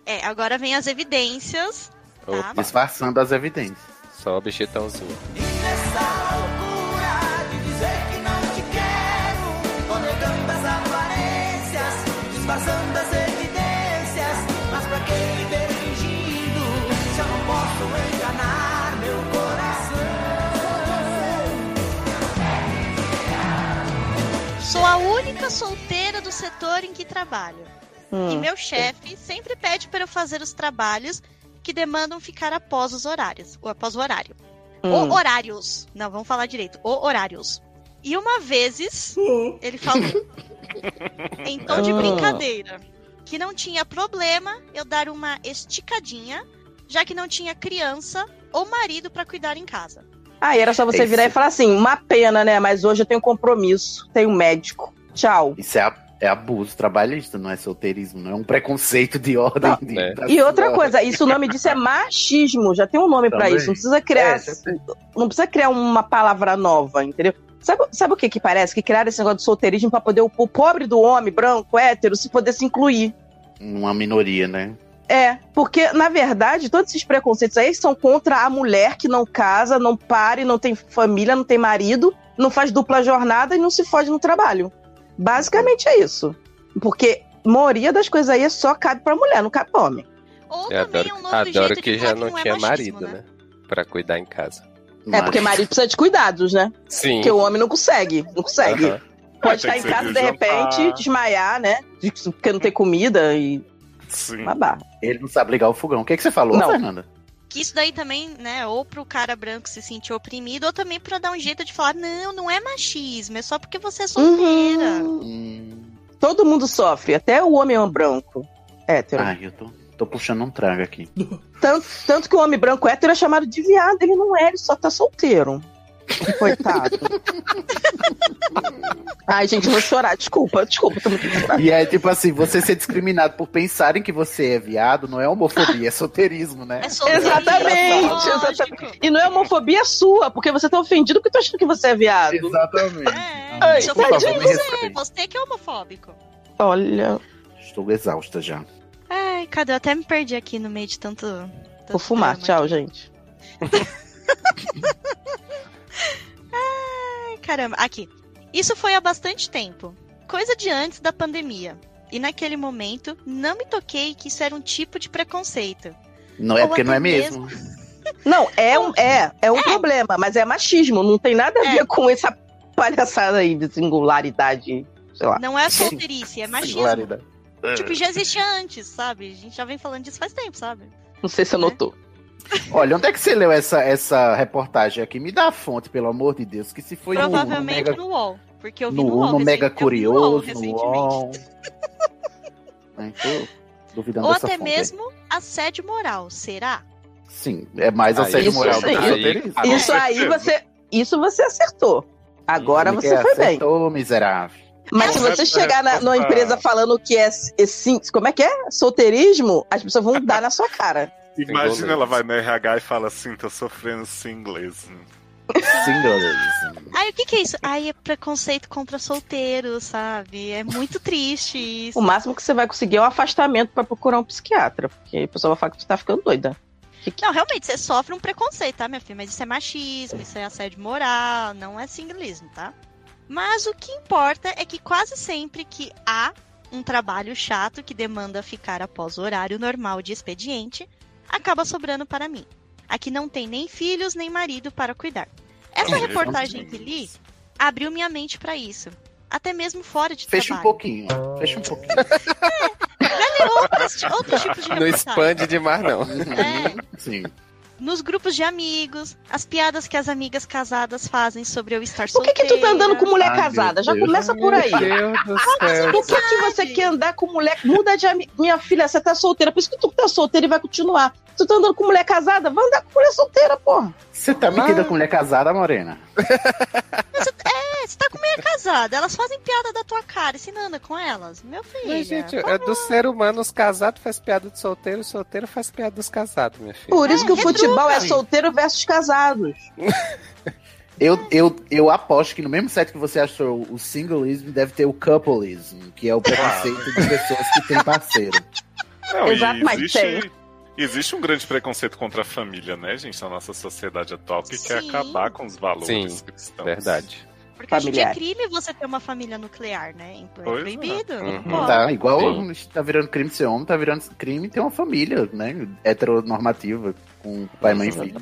S5: É, agora vem as evidências. Tá?
S4: Opa,
S2: Disfarçando as evidências.
S4: só o bichitãozinho.
S5: Sou a única solteira do setor em que trabalho. E
S1: Hum.
S5: meu chefe sempre pede para eu fazer os trabalhos que demandam ficar após os horários, ou após o horário.
S1: Hum.
S5: O horários. Não, vamos falar direito. O horários. E uma vezes ele falou,
S4: <laughs>
S5: em tom de
S1: Ah.
S5: brincadeira, que não tinha problema eu dar uma esticadinha, já que não tinha criança ou marido para cuidar em casa.
S1: Aí era só você
S2: Esse-
S1: virar e falar assim: uma pena, né? Mas hoje eu tenho compromisso, tenho médico. Tchau.
S2: Isso é a É abuso trabalhista, não é solteirismo, não é um preconceito de ordem. de- das
S1: E outra
S2: ordens.
S1: coisa, isso o nome
S2: <laughs>
S1: disso é machismo, já tem um nome pra
S2: Também.
S1: isso, não precisa criar,
S2: É, já
S1: não precisa criar uma palavra nova, entendeu? Sabe, sabe o que que parece? Que criaram esse negócio de solteirismo pra poder o, o pobre do homem branco, hétero, se poder se incluir.
S2: Uma minoria, né?
S1: É, porque na verdade todos esses preconceitos aí são contra a mulher que não casa, não pare, não tem família, não tem marido, não faz dupla jornada e não se foge no trabalho. Basicamente é isso. Porque a maioria das coisas aí é só cabe pra mulher, não cabe pra homem.
S4: Eu É, adoro,
S5: um
S4: adoro que já
S5: é
S4: não, tinha marido, né? Pra cuidar em casa.
S1: É porque marido precisa de cuidados, né?
S4: Sim.
S1: Porque o homem não consegue, não consegue.
S4: Aham.
S1: Pode
S4: É,
S1: estar
S4: tem
S1: em
S4: que
S1: casa,
S4: servir
S1: de
S4: o jantar.
S1: repente, desmaiar, né? Porque não tem comida e.
S3: Sim.
S1: Babá.
S2: Ele não sabe ligar o fogão. O que, é que você falou,
S1: Não.
S2: Fernanda?
S5: Que isso daí também, né, ou pro cara branco se sentir oprimido, ou também pra dar um jeito de falar, não, não é machismo, é só porque você
S4: Uhum.
S5: é solteira.
S1: Uhum.
S2: Hum,
S1: Todo mundo sofre, até o homem é um branco hétero.
S2: Ai, eu tô, tô puxando um trago aqui.
S1: Tanto, tanto que o homem branco hétero é chamado de viado, ele não é, ele só tá solteiro. Coitado. Ai, gente, eu vou chorar, desculpa, desculpa, tô muito emocionada.
S2: E é tipo assim, você ser discriminado por pensarem que você é viado não é homofobia, é
S1: <laughs>
S2: solteirismo, né?
S5: É
S1: Exatamente, exatamente. E não é homofobia sua, porque você tá ofendido porque tu achando que você é viado.
S2: Exatamente.
S1: Ai,
S5: Isso
S1: tadinho.
S5: ofende você, você que é homofóbico.
S1: Olha.
S2: Estou exausta já.
S5: Ai, cadê? Eu até me perdi aqui no meio de tanto. Tá
S1: Vou fumar, tchau, gente.
S5: Ai, caramba. Aqui. Isso foi há bastante tempo. Coisa de antes da pandemia. E naquele momento, não me toquei que isso era um tipo de preconceito.
S2: Não é
S5: Ou
S2: porque não é
S5: até
S2: mesmo.
S1: Não, é um, é, é um problema, mas é machismo. Não tem nada a ver com essa palhaçada aí de singularidade, sei
S2: Ah,
S1: lá.
S5: Não é solteirice, é machismo.
S1: Singularidade.
S5: Tipo, já existia antes, sabe? A gente já vem falando disso faz tempo, sabe?
S1: Não sei se você notou.
S2: Olha, onde é que você leu essa, essa reportagem aqui? Me dá a fonte, pelo amor de Deus, que se foi no-
S5: Provavelmente
S2: no
S5: no UOL. Porque eu
S2: Mega,
S5: vi
S2: no,
S5: no, UOL.
S2: no Mega
S5: recente- eu vi no UOL
S2: Curioso, no
S5: recentemente.
S2: UOL. <laughs> Ai, tô duvidando
S5: Ou
S2: dessa
S5: até
S2: fonte aí.
S5: mesmo assédio moral, será?
S2: Sim, é mais assédio
S1: Isso
S2: moral do que
S1: sim.
S2: solteirismo.
S1: Isso aí você, isso você acertou. Agora
S2: Ele
S1: você
S2: é que
S1: foi bem.
S2: acertou, miserável.
S1: Mas se você chegar na, numa empresa falando que é, é sim, como é que é? Solteirismo, as pessoas vão dar na sua cara.
S3: Imagina ela vai no RH e fala assim, tô sofrendo esse inglês.
S2: Singles.
S5: Ai, o que que é isso? Ai, é preconceito contra solteiros, sabe? É muito triste isso.
S1: O máximo que você vai conseguir é um afastamento pra procurar um psiquiatra, porque a pessoa vai falar que você tá ficando doida.
S5: Não, realmente, você sofre um preconceito, tá, minha filha? Mas isso é machismo, isso é assédio moral, não é singulismo, tá? Mas o que importa é que quase sempre que há um trabalho chato que demanda ficar após o horário normal de expediente, acaba sobrando para mim. Aqui não tem nem filhos nem marido para cuidar. Essa
S2: Não,
S5: reportagem que li abriu minha mente para isso. Até mesmo fora de
S2: Fecha um
S5: trabalho.
S2: pouquinho, fecha um pouquinho.
S5: Outros- É outros tipos
S1: <laughs>
S5: de
S4: <laughs> Não
S5: reportagem. É,
S4: expande demais, não.
S2: Sim.
S5: nos grupos de amigos, as piadas que as amigas casadas fazem sobre eu estar
S1: Por que,
S5: solteira.
S1: que tu tá andando com mulher casada? Já começa por aí.
S5: Meu Deus do
S4: é
S5: céu.
S1: Por que, que você quer andar com mulher? Muda de ami- Minha filha, você tá solteira. Por isso que tu tá solteira e vai continuar. Tu tá andando com mulher casada? Vai andar com mulher solteira, porra.
S2: Você tá metida com mulher casada, Morena?
S5: É, você tá com mulher casada, elas fazem piada da tua cara, e você não anda com elas. Meu filho.
S4: Mas, gente, é do ser humano, os casados faz piada de solteiro, o solteiro faz piada dos casados, minha filha.
S1: Por isso que o futebol é
S4: Sim.
S1: solteiro versus casados.
S2: Eu, eu, eu aposto que no mesmo site que você achou o singleism, deve ter o coupleism, que é o preconceito de pessoas que têm parceiro.
S3: Não, e
S2: Exato, mas tem.
S3: existe, existe um grande preconceito contra a família, né, gente, na nossa sociedade atual, que quer acabar com os valores
S4: Sim,
S3: cristãos.
S4: verdade.
S5: Porque hoje em dia é crime você ter uma família nuclear, né? É proibido.
S3: Uhum.
S5: não pode.
S2: Tá, igual
S5: Sim.
S2: tá virando crime ser homem, tá virando crime ter uma família, né? Heteronormativa, com pai, mãe e filho.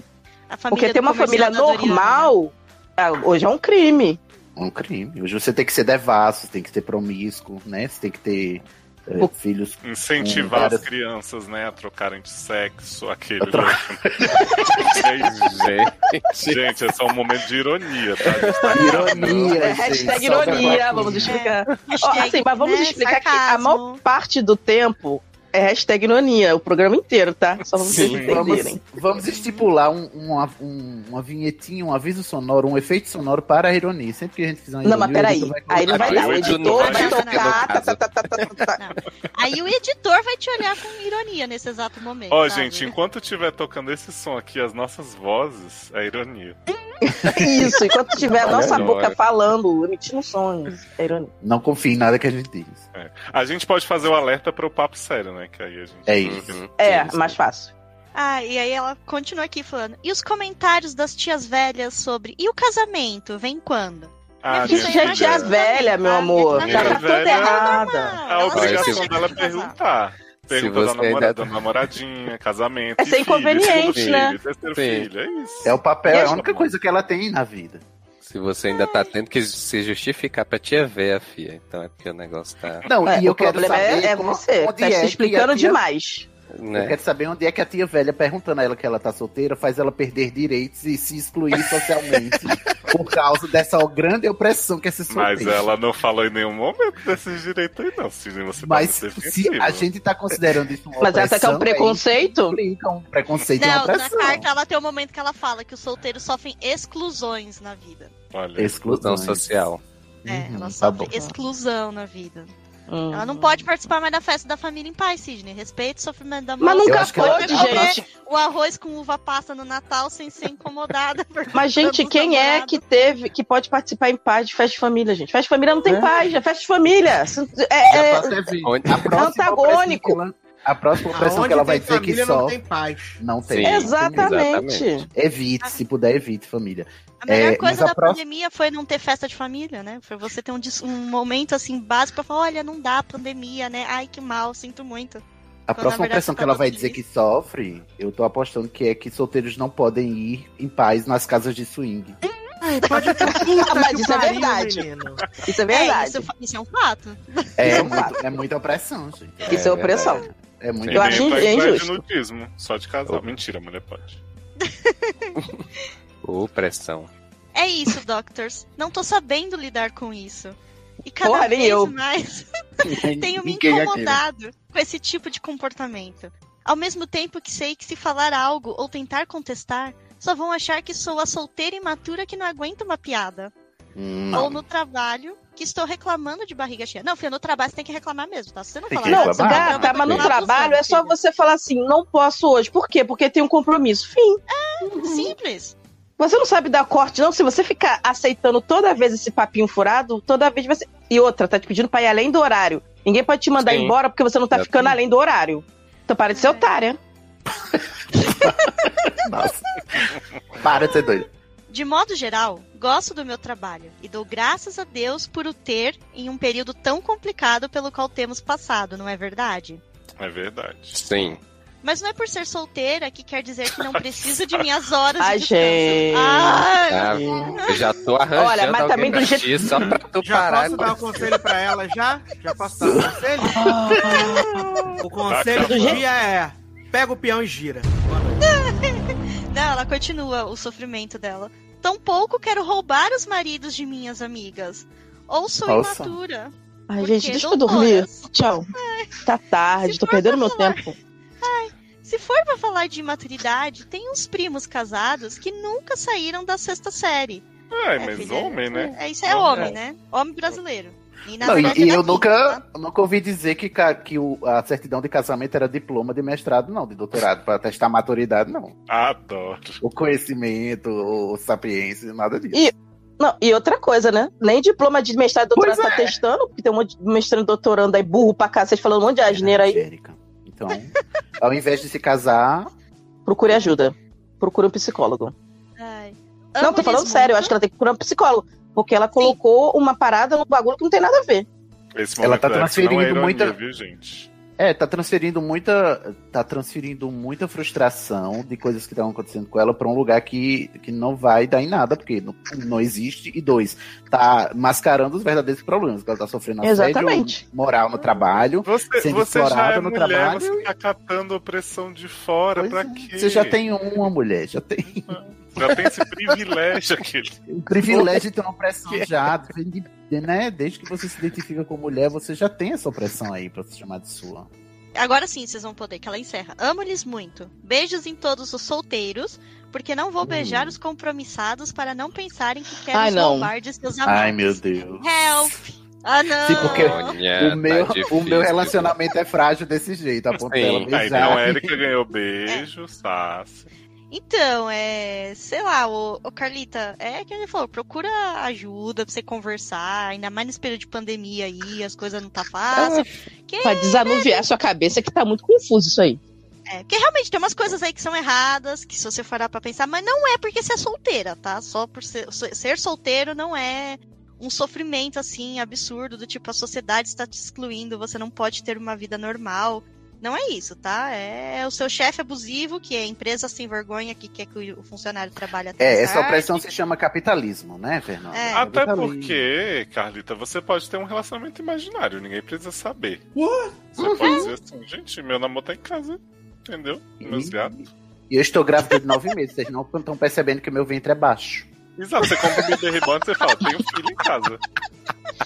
S5: A família
S1: Porque ter
S5: do
S1: uma família
S5: comercial da Doriana, né?
S1: normal, ah, hoje é um crime.
S2: É um crime. Hoje você tem que ser devasso, tem que ser promíscuo, né? Você tem que ter eh, filhos. com
S3: Incentivar
S2: várias-
S3: as crianças, né, a trocarem de sexo, aquele.
S2: tro-
S3: gente, gente, esse é um momento de ironia, tá?
S2: Ironia, <laughs>
S1: É, hashtag ironia, vamos explicar. Ó, assim, mas vamos
S5: É. né,
S1: explicar que a maior parte do tempo é hashtag ironia, o programa inteiro, tá? Só pra vocês
S2: Vamos,
S1: entenderem.
S2: vamos estipular um, uma, um- uma vinhetinha, um aviso sonoro, um efeito sonoro para a ironia. Sempre que a gente fizer uma
S1: Não, mas
S2: ironia, o
S1: peraí.
S2: editor vai colocar-
S1: Aí não vai dar. O
S4: Oito não
S1: editor vai
S4: vai ter, no
S1: tocar. tá,
S4: caso.
S1: tá, tá, tá, tá, tá, tá.
S5: Aí o editor vai te olhar com ironia nesse exato momento.
S3: Ó,
S5: sabe?
S3: gente, enquanto tiver tocando esse som aqui, as nossas vozes, é ironia.
S1: Isso, enquanto tiver
S2: é
S1: a nossa
S3: Olha,
S1: boca
S3: olha.
S1: falando, emitindo sonhos. É ironia.
S2: Não confie em nada que a gente diz.
S3: É. A gente pode fazer o alerta pro papo sério, né? Que aí a gente.
S2: É isso.
S1: É, mais fácil.
S5: Ah, e aí ela continua aqui falando. E os comentários das tias velhas sobre. E o casamento? Vem quando?
S3: Ah,
S1: Isso
S3: minha
S1: já é tia
S3: filha,
S1: velha, meu amor.
S5: Minha
S1: Já tá
S3: filha
S1: toda
S3: velha-
S5: é
S2: Tá.
S1: errada.
S5: Ah,
S3: A
S5: ela
S3: obrigação
S5: não
S3: dela é
S5: chega a casar.
S3: perguntar. Pergunta
S4: você
S3: da
S4: ainda
S3: namorada,
S4: tá-
S3: da namoradinha, casamento.
S1: É
S3: e
S1: ser
S3: filho,
S1: inconveniente,
S3: segundo filho,
S1: né?
S3: Terceiro
S4: Sim.
S3: filho, é isso.
S2: É o papel,
S1: E a
S2: é a
S1: gente-
S2: única coisa que ela tem na vida.
S4: Se você ainda tá tendo que se justificar pra tia véia, fia. Então é porque o negócio tá.
S2: Não,
S1: É,
S2: e eu
S1: o
S2: quero
S1: problema
S2: saber
S1: é, é
S2: como-
S1: você.
S2: onde
S1: Tá
S2: é
S1: se
S2: que
S1: explicando
S2: a tia-
S1: demais.
S2: Eu
S4: Né?
S2: quero saber onde é que a tia velha perguntando a ela que ela tá solteira faz ela perder direitos e se excluir
S3: <laughs>
S2: socialmente por causa dessa grande opressão que é ser solteira.
S3: Mas ela não falou em nenhum momento desses direitos aí, não. Se você
S2: Mas
S3: tá muito
S2: se a
S3: defensivo.
S2: gente tá considerando isso uma
S1: Mas essa que é um
S2: opressão,
S1: preconceito?
S2: implica um preconceito e uma
S5: Não, na
S2: opressão.
S5: carta ela tem um momento que ela fala que os solteiros sofrem exclusões na vida.
S3: Olha,
S2: Exclusão
S4: Exclusão Né? social.
S5: É,
S2: Uhum,
S5: ela
S2: tá
S5: sofre
S2: bom.
S5: exclusão na vida.
S1: Hum.
S5: Ela não pode participar mais da festa da família em paz, Sidney. Respeito o sofrimento da mãe.
S1: Mas
S2: Eu
S1: nunca
S2: acho que ela-
S1: pôde,
S5: Ela vai
S1: gente.
S5: O arroz com uva passa no Natal sem ser incomodada. <laughs> por
S1: Mas, gente,
S5: tantos
S1: quem é
S5: namorados.
S1: que teve, que pode participar em paz de festa de família, gente? Festa de família não tem
S2: É.
S1: paz, é festa de família. É, é-
S2: Já tá servindo.
S4: Onde-
S2: A próxima
S1: Antagônico.
S2: opressão que ela- A próxima opressão
S7: Aonde
S2: que ela vai
S7: tem
S2: dizer que
S7: família não
S2: só
S7: tem
S1: <laughs>
S7: paz.
S2: não
S4: Sim.
S2: tem.
S1: exatamente.
S4: exatamente.
S2: Evite, se puder, evite, família.
S5: A melhor
S2: É, mas
S5: coisa
S2: a
S5: da
S2: próxima-
S5: pandemia foi não ter festa de família, né? Foi você ter um, dis- um momento assim básico pra falar: olha, não dá, pandemia, né? Ai, que mal, sinto muito.
S2: A
S5: É Quando, na
S2: próxima
S5: verdade,
S2: opressão
S5: você
S2: que
S5: tá
S2: ela vai
S5: feliz.
S2: dizer que sofre, eu tô apostando que é que solteiros não podem ir em paz nas casas de swing.
S7: Ai, pode ter puta
S1: Mas
S7: que
S1: isso é
S7: pariu,
S1: verdade.
S7: menino.
S1: Isso é verdade.
S5: É, isso, isso é um fato.
S2: É,
S1: Isso é um
S2: muito, é muita opressão, gente.
S1: Isso
S4: É
S1: é
S4: verdade.
S1: opressão.
S2: É muito
S1: Eu acho
S3: nem pra
S1: injusto.
S3: entrar de nudismo, só de
S2: Oh.
S3: casal. Mentira, mulher pode.
S4: Opressão.
S5: É isso,
S2: <laughs>
S5: Doctors. Não tô sabendo lidar com isso. E cada
S1: Porra, nem
S5: vez
S1: eu.
S5: mais tenho me
S2: Ninguém aqui, né?
S5: incomodado com esse tipo de comportamento. Ao mesmo tempo que sei que se falar algo ou tentar contestar, só vão achar que sou a solteira imatura que não aguenta uma piada. Ou no trabalho, que estou reclamando de barriga cheia. Não, filha, no trabalho você tem que reclamar mesmo, tá? Se você não
S2: Tem
S5: falar
S2: que
S1: Não,
S5: nada,
S2: reclamar.
S5: você
S1: gata,
S5: reclama,
S1: mas no
S5: tá abusando,
S1: trabalho é só
S5: filha.
S1: você falar assim, não posso hoje. Por quê? Porque tem um compromisso. Fim.
S5: Uhum. Simples.
S1: Você não sabe dar corte, não. Se você ficar aceitando toda vez esse papinho furado, toda vez vai ser. E outra, tá te pedindo pra ir além do horário. Ninguém pode te mandar
S4: Sim.
S1: embora porque você não tá
S4: Exatamente.
S1: ficando além do horário. Então para de ser
S5: É.
S1: otária.
S2: Nossa. Hum, Para de ser doido.
S5: De modo geral, gosto do meu trabalho e dou graças a Deus por o ter em um período tão complicado pelo qual temos passado, não é verdade?
S3: É verdade.
S4: Sim.
S5: Mas não é por ser solteira que quer dizer
S2: <laughs>
S5: que não preciso de minhas horas
S1: Ai,
S5: de descanso.
S1: gente.
S5: Ai,
S4: Ah, eu já tô arranjando
S1: É. Olha, mas
S4: alguém
S1: também do
S4: pra
S1: jeito- tá
S4: ti só
S1: <laughs>
S4: pra tu
S7: Já
S4: parar.
S7: posso dar um conselho pra ela já? Já posso dar um conselho?
S1: <laughs>
S7: O conselho do
S3: acabando.
S7: dia é: pega o peão e gira.
S5: Não, ela continua o sofrimento dela. Tampouco quero roubar os maridos de minhas amigas. Ou sou
S2: Nossa.
S5: imatura.
S1: Ai,
S5: Por
S1: gente,
S5: quê,
S1: deixa eu dormir.
S5: doutoras?
S1: Tchau. Tá tarde,
S5: Se
S1: tô
S5: for
S1: perdendo
S5: pra
S1: meu
S5: falar-
S1: tempo.
S5: Se for pra falar de imaturidade, tem uns primos casados que nunca saíram da sexta série.
S3: É,
S5: É,
S3: mas
S5: filha.
S3: homem, né?
S5: É, isso é
S3: Normal.
S5: homem, né? Homem brasileiro. E, na
S2: Não,
S5: verdade,
S2: e e
S5: é
S2: eu
S1: assim,
S5: daqui,
S2: nunca,
S1: né?
S5: tá?
S2: eu nunca ouvi dizer que, ca- que o- a certidão de casamento era diploma de mestrado, não, de doutorado, pra testar a maturidade, não.
S3: Adoro.
S2: O conhecimento, o, o sapiência, nada disso.
S1: E- Não, e outra coisa, né? Nem diploma de mestrado e doutorado
S2: Pois
S1: tá
S5: é.
S1: testando, porque tem um monte de mestrando e doutorando aí burro pra cá, vocês falando um monte de asneira aí.
S2: Angélica. Então, ao invés de se casar,
S1: Procure ajuda. Procure um psicólogo.
S5: Ai.
S1: não,
S5: Amo
S1: tô falando
S5: eles
S1: sério, eu
S5: muito.
S1: acho que ela tem que procurar um psicólogo. Porque ela colocou uma parada no bagulho que não tem nada a ver.
S3: Esse
S2: Ela
S3: momento
S2: tá
S3: é que não é
S2: transferindo
S3: ironia,
S2: muita-
S3: viu, gente?
S2: É, tá transferindo muita, tá transferindo muita frustração de coisas que estão acontecendo com ela pra um lugar que, que não vai dar em nada, porque não, não existe. E dois, tá mascarando os verdadeiros problemas que ela tá sofrendo assédio
S1: Exatamente.
S2: moral no trabalho.
S3: Você,
S2: Sendo
S3: você já
S2: explorada
S3: é
S2: no
S3: mulher,
S2: trabalho.
S3: você fica catando opressão de fora,
S2: Pois
S3: pra
S2: é.
S3: quê?
S2: Você já tem uma mulher, já tem
S3: Já tem esse
S2: <laughs>
S3: privilégio aquele.
S2: o privilégio de ter uma pressão já, de- de- né? Desde que você se identifica com mulher, você já tem essa opressão aí pra se chamar de sua.
S5: Agora sim, vocês vão poder, que ela encerra. Amo-lhes muito. Beijos em todos os solteiros, porque não vou beijar os compromissados para não pensarem que quero
S2: Hum. Ai,
S5: os
S2: não.
S5: roubar de seus amantes.
S2: Ai, meu Deus.
S5: Help! Ah, não!
S2: Sim, porque
S3: É,
S4: Olha,
S2: o, meu,
S4: tá difícil,
S2: o meu relacionamento é frágil desse jeito, a ponto dela
S3: Ah,
S2: beijar.
S3: então a Erika ganhou beijo, Sassi.
S5: Então, é. Sei lá, o, o Carlita, é que ele falou, procura ajuda pra você conversar, ainda mais nesse período de pandemia aí, as coisas não tá fácil.
S2: Ah,
S5: Que,
S1: Pra desanuviar sua cabeça, que tá muito confuso isso aí.
S5: é, porque realmente tem umas coisas aí que são erradas, que se você for lá pra pensar, mas não é porque você é solteira, tá? Só por ser, so- ser solteiro não é um sofrimento assim absurdo, do tipo, a sociedade está te excluindo, você não pode ter uma vida normal. Não é isso, tá? É o seu chefe abusivo, que é a empresa sem vergonha que quer que o funcionário trabalhe até
S2: É, essa
S5: tarde.
S2: opressão se chama capitalismo, né, Fernando?
S5: Ah, É.
S3: Até
S2: Capitalismo.
S3: porque, Carlita, você pode ter um relacionamento imaginário, ninguém precisa saber.
S2: What?
S3: Você
S5: Uhum.
S3: pode dizer assim, gente, meu namoro tá em casa, entendeu? Meus gatos.
S2: E eu estou grávida de nove meses, vocês não estão percebendo que meu ventre é baixo.
S3: Exato, você compra um bebê reborn e você fala, tenho filho em casa.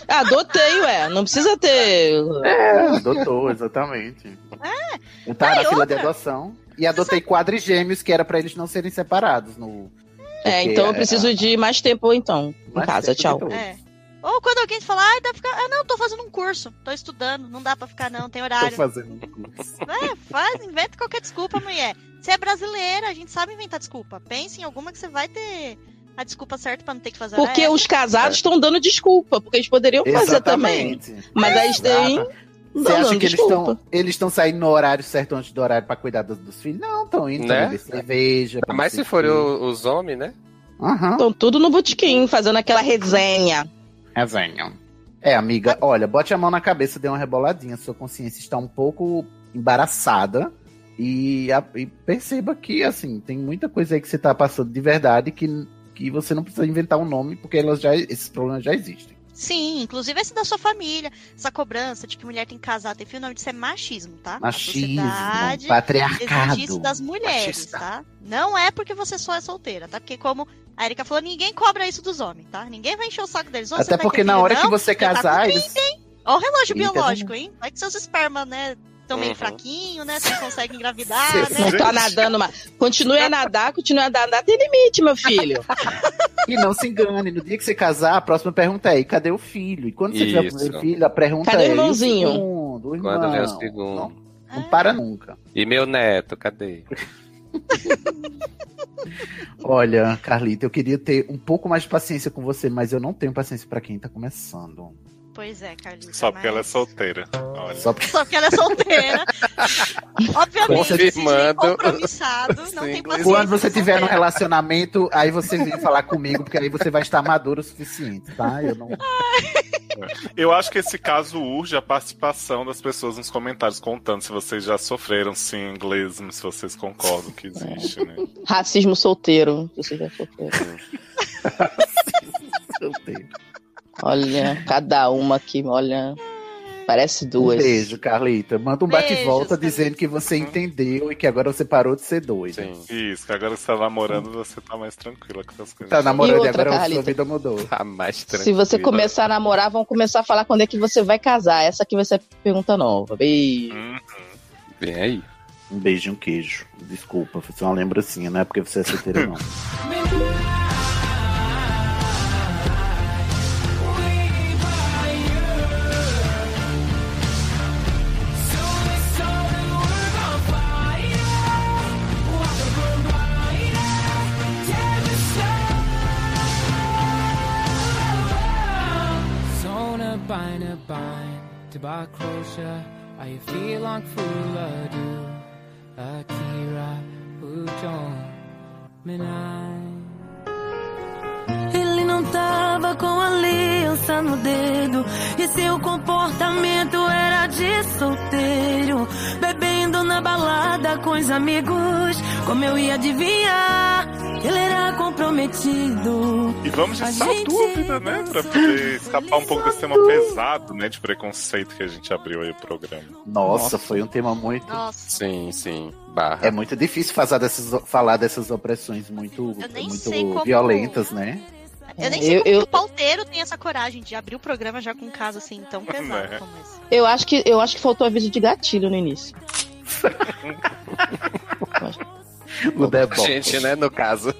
S1: Ah, Adotei, ué. é. Não precisa ter.
S2: É, doutor, exatamente. Eu tava
S5: Ah, e
S2: na fila de
S5: outra?
S2: adoção e adotei quadrigêmeos, que era pra eles não serem separados. No...
S1: É,
S2: Porque
S1: então eu
S2: é-
S1: preciso de mais tempo, então. Em
S2: Mais
S1: casa,
S2: tempo
S1: tchau.
S2: de
S5: É. Ou quando alguém fala, ah, dá pra ficar. Ah, não, tô fazendo um curso, tô estudando, não dá pra ficar, não, tem
S2: Tô
S5: horário.
S2: fazendo um curso.
S5: É, faz, inventa qualquer desculpa, mulher. Você é brasileira, a gente sabe inventar desculpa. Pense em alguma que você vai ter a desculpa certa pra não ter que fazer É,
S1: Porque
S5: hora
S1: os casados estão dando desculpa, porque eles poderiam fazer também.
S2: Exatamente.
S1: Mas aí tem.
S2: Exato.
S1: Não,
S2: Você acha
S1: não,
S2: que eles
S1: desculpa.
S2: estão eles estão saindo no horário certo antes do horário pra cuidar dos, dos filhos? Não, estão indo
S4: Né?
S2: beber cerveja. pra
S4: Mas
S2: não sei
S4: se for
S2: quê.
S4: o- os homens, né?
S2: Aham.
S1: Estão tudo no botequim, fazendo aquela resenha.
S2: Resenha. É, amiga, olha, bote a mão na cabeça, dê uma reboladinha. Sua consciência está um pouco embaraçada. E, a- e perceba que, assim, tem muita coisa aí que você está passando de verdade que, que você não precisa inventar um nome, porque elas já, esses problemas já existem.
S5: é. Sim, inclusive esse da sua família. Essa cobrança de que mulher tem que casar, tem filho, não, isso é machismo, tá?
S2: Machismo,
S5: A sociedade exige isso
S2: patriarcado.
S5: das mulheres,
S6: Machista.
S5: tá? Não é porque você só é solteira, tá? Porque como a Erika falou, ninguém cobra isso dos homens, tá? Ninguém vai encher o saco deles. Ô, você
S2: Até
S5: vai
S2: porque
S5: ter
S2: na
S5: filho,
S2: hora que
S5: não?
S2: você
S5: <laughs> tá
S2: casar,
S5: com
S2: eles...
S5: Olha o relógio
S2: Eita,
S5: biológico, hein? Vai que seus espermas, né, estão meio
S4: Uhum.
S5: fraquinhos, né?
S2: <laughs>
S5: Você consegue engravidar,
S2: Cê-
S5: né?
S1: Não tá nadando mais. Continue a nadar, continue a nadar. Tem limite, meu filho.
S2: E não se engane, no dia que você casar, a próxima pergunta é: e cadê o filho? E quando você tiver o
S4: Isso.
S2: primeiro filho, a pergunta
S1: Cadê o
S2: é: e
S1: irmãozinho?
S2: O segundo, o irmão.
S4: Quando vem o
S2: Não,
S4: segundo.
S5: Ah,
S2: não para nunca.
S4: E meu neto, cadê?
S2: Olha, Carlita, eu queria ter um pouco mais de paciência com você, mas eu não tenho paciência pra quem tá começando.
S5: Pois é, Carlita.
S3: Só porque ela é
S5: mas-
S3: solteira. Olha.
S2: Só porque
S5: Só porque ela
S2: <laughs>
S5: é solteira. Obviamente,
S4: Confirmando.
S5: cisne compromissado, não
S4: Sim,
S5: tem paciência.
S2: quando você tiver
S5: solteira.
S2: num relacionamento, aí você vem falar comigo, porque aí você vai estar maduro o suficiente, tá? Eu não.
S3: Eu acho que esse caso urge a participação das pessoas nos comentários, contando se vocês já sofreram sim inglesismo, se vocês concordam que existe,
S5: <laughs>
S3: né?
S1: <laughs> Racismo solteiro. Você já é solteiro.
S2: Eu tenho.
S1: Olha, cada uma aqui, olha. Parece
S2: Um
S1: duas.
S2: beijo, Carlita. Manda um bate-volta
S5: Beijos,
S2: dizendo que você entendeu e que agora você parou de ser doida.
S4: Sim.
S3: Isso, que agora que você tá namorando, você tá mais tranquila com essas coisas.
S2: Tá namorando e,
S1: outra,
S2: agora
S1: Carlita?
S2: sua vida mudou.
S4: Tá mais tranquilo.
S1: Se você começar a namorar, vão começar a falar quando é que você vai casar. Essa aqui vai ser a pergunta nova. Beijo.
S3: Hum,
S4: Vem aí.
S2: Um beijo e um queijo. Desculpa, foi só uma lembrancinha, não é porque você é solteira, não.
S5: <laughs>
S9: Zona beine Bein, Tuberculose, I feel like Fula do Akira Ujon Minai. Ele não tava com aliança no dedo, e seu comportamento era de solteiro. Bebendo na balada com os amigos, como eu ia adivinhar, ele era comprometido.
S3: E vamos de
S9: A
S3: sal
S9: gente
S3: dúvida, né? Pra poder escapar um pouco desse tema pesado, né? De preconceito que a gente abriu aí o programa.
S2: Nossa, foi um tema muito.
S5: Nossa,
S4: Sim, sim. Barra.
S2: É muito difícil fazer dessas, falar dessas opressões muito,
S5: Eu nem
S2: muito
S5: sei como-
S2: violentas, né?
S5: Eu nem sei
S1: Eu-
S5: como
S1: eu-
S5: que o pauteiro tem essa coragem de abrir o programa já com um caso assim tão pesado
S1: Né?
S5: como esse.
S1: Eu acho que eu acho que faltou aviso de gatilho no início.
S2: O Debol.
S4: Gente, né, no caso.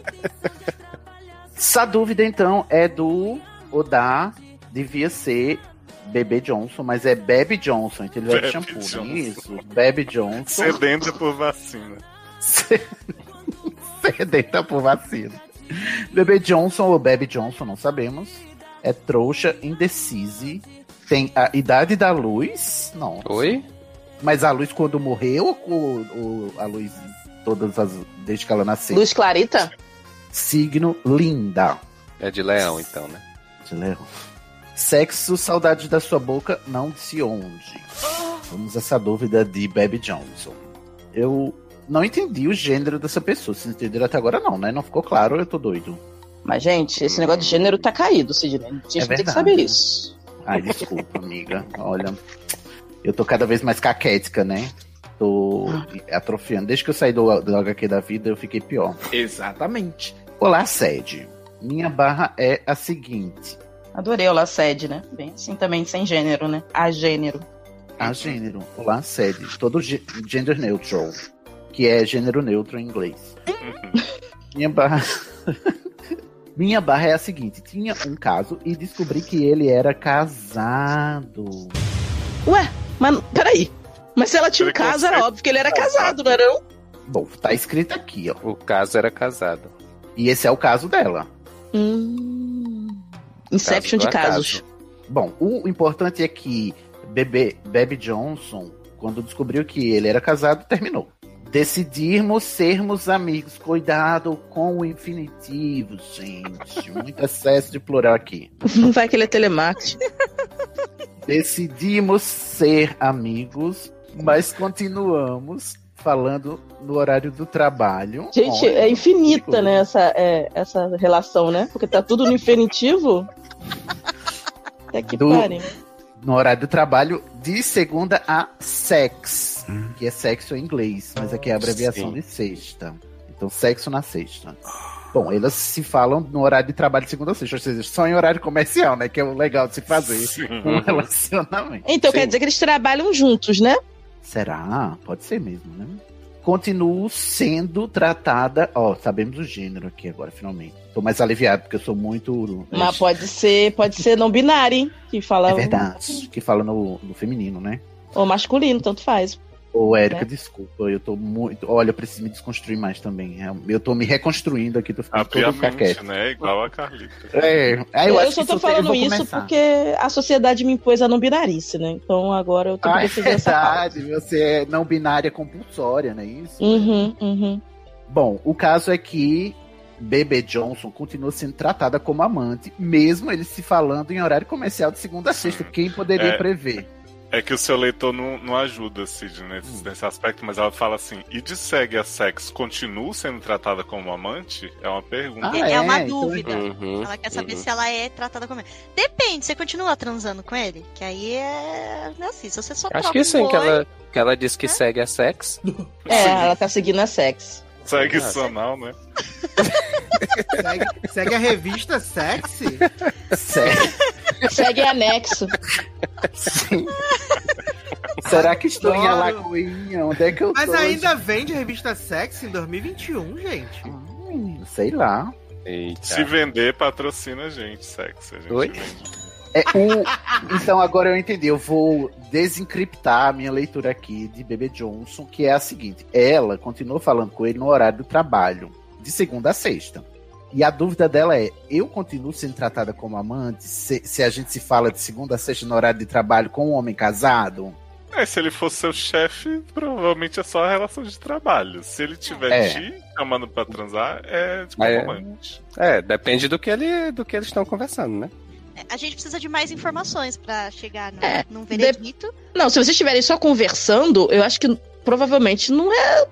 S2: Essa dúvida, então, é do ou da. Devia ser Bebê Johnson, mas é Bebe Johnson, entendeu? É
S3: Bebe
S2: de shampoo,
S3: Johnson.
S2: né? isso? Bebe Johnson.
S3: Sedenta por vacina.
S2: <laughs> Sedenta por vacina. Bebê Johnson ou Bebe Johnson, não sabemos. É trouxa, indecise. Tem a idade da luz. Não.
S4: Oi?
S2: Mas a luz quando morreu ou, ou a luz todas as. desde que ela nasceu?
S1: Luz Clarita?
S2: Signo linda.
S4: É de leão, então, né?
S2: De leão. Sexo, saudade da sua boca, não se onde. Vamos a essa dúvida de Baby Johnson. Eu não entendi o gênero dessa pessoa. Se entenderam até agora, não, né? Não ficou claro, eu tô doido.
S1: Mas, gente, esse negócio de gênero tá caído, Sidney. A gente tem
S2: É
S1: que
S2: verdade.
S1: saber isso.
S2: Ai, desculpa, amiga. Olha, eu tô cada vez mais caquética, né? Tô atrofiando. Desde que eu saí do, do HQ da vida, eu fiquei pior.
S7: Exatamente.
S2: Olá, sede. Minha barra é a seguinte.
S1: Adorei o Lacede, né? Bem assim também, sem gênero, né? A gênero.
S2: a gênero. Olá, sede. Todo gê- gender neutral. Que é gênero neutro em inglês. Minha barra. <laughs> Minha barra é a seguinte: tinha um caso e descobri que ele era casado.
S1: Ué, mas peraí. Mas se ela tinha um caso, era óbvio que ele
S2: Ah, tá.
S1: era casado, não era não?
S2: Bom, tá escrito aqui, ó.
S4: O caso era casado.
S2: E esse é o caso dela.
S1: Hum. Inception de casos.
S2: Bom, o importante é que Bebê, Bebe Johnson, quando descobriu que ele era casado, terminou. Decidirmos sermos amigos. Cuidado com o infinitivo, gente. Muito excesso de plural aqui.
S1: Não vai que ele é telemarketing.
S2: Decidimos ser amigos, mas continuamos falando no horário do trabalho.
S1: <laughs> Gente,
S2: Olha,
S1: é infinita, né? Essa, é, essa relação, né? Porque tá tudo no infinitivo. Até que
S2: Do-
S1: pariu.
S2: no horário do trabalho de segunda a sex, que é sexo em inglês, mas aqui é a abreviação
S4: Sim.
S2: de sexta. Então, sexo na sexta. Bom, elas se falam no horário de trabalho de segunda a sexta, ou seja, só em horário comercial, né? Que é o legal de se <laughs> fazer um
S3: Sim.
S2: relacionamento.
S1: Então
S4: Sim.
S1: quer dizer que eles trabalham juntos, né?
S2: Será? Pode ser mesmo, né? Continuo sendo tratada. Ó, sabemos o gênero aqui agora, finalmente. Tô mais aliviado, porque eu sou muito.
S1: Mas pode ser, pode ser não binário, hein? Que fala
S2: É verdade. Que fala no- no feminino, né?
S1: ou masculino, tanto faz.
S2: Ô, Érica,
S1: Né?
S2: desculpa, eu tô muito. Olha, eu preciso me desconstruir mais também. é, Eu tô me reconstruindo aqui, tô ficando todo
S3: Apiamente,
S2: caquete.
S3: né? Igual a Carlita.
S2: É, aí
S1: Eu,
S2: eu, acho
S1: só
S2: que
S1: tô
S2: isso eu
S1: falando
S2: vou
S1: isso
S2: começar.
S1: porque a sociedade me impôs a não binarice, né? Então agora eu tô
S2: Ah, é
S1: precisando dessa pauta.
S2: verdade, você é não binária compulsória, não é isso?
S1: Uhum, uhum.
S2: Bom, o caso é que Bebê Johnson continua sendo tratada como amante, mesmo ele se falando em horário comercial de segunda a sexta. Quem poderia
S3: É.
S2: prever?
S3: É que o seu leitor não, não ajuda, Cid, nesse, nesse aspecto, mas ela fala assim: e de segue a sexo, continuo sendo tratada como amante? É uma pergunta.
S2: Ah,
S5: é, é uma
S2: é, então-
S5: dúvida.
S4: Uhum.
S5: Ela quer saber
S4: uhum.
S5: se ela é tratada como. Depende, você continua transando com ele? Que aí é. Não é assim, se você
S1: Ah,
S5: só
S4: Acho
S5: troca
S1: tá
S4: que
S5: um
S4: sim, que
S5: oi,
S4: ela, que ela diz que segue a sexo.
S1: É, ela tá seguindo a sexo.
S9: é
S3: Segue
S4: Ah.
S3: sanal, né?
S7: Segue, segue a revista Sexy?
S2: Sério?
S1: Segue anexo.
S2: Sim. Será que estou em
S7: Adoro.
S2: Alagoinha? Onde é que eu
S7: Mas
S2: tô?
S7: ainda vende revista Sexy em 2021, gente.
S2: Hum, Sei lá.
S4: Eita.
S3: Se vender, patrocina a gente, sexo. A gente
S4: Oi?
S3: vende.
S2: É, o- Então agora eu entendi. Eu vou desencriptar a minha leitura aqui de Bebê Johnson, que é a seguinte: ela continuou falando com ele no horário do trabalho, de segunda a sexta. E a dúvida dela é: eu continuo sendo tratada como amante se, se a gente se fala de segunda a sexta no horário de trabalho com um homem casado?
S3: É, se ele fosse seu chefe, provavelmente é só a relação de trabalho. Se ele tiver
S2: É.
S3: te chamando pra transar, é tipo
S4: Mas é-
S3: amante.
S4: É, depende do que, ele, do que eles estão conversando, né?
S5: A gente precisa de mais informações pra chegar no,
S1: É,
S5: num veredito.
S1: <laughs> Não, se vocês estiverem só conversando, eu acho que provavelmente não é.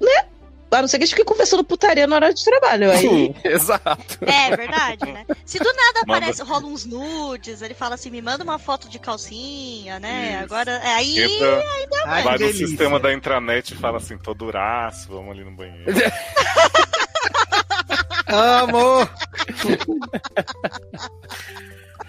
S1: Né? A não ser que a gente fique conversando putaria no horário de trabalho. Aí.
S4: <laughs> Exato.
S5: É verdade, né? Se do nada
S3: Manda-
S5: aparece, rola uns nudes, ele fala assim, me manda uma foto de calcinha, né?
S3: Isso.
S5: Agora. é, Aí.
S3: Entra, vai
S7: Ai, que
S3: no
S7: delícia.
S3: sistema da intranet e fala assim:
S2: <laughs>
S3: tô duraço, vamos ali no banheiro.
S7: Amo!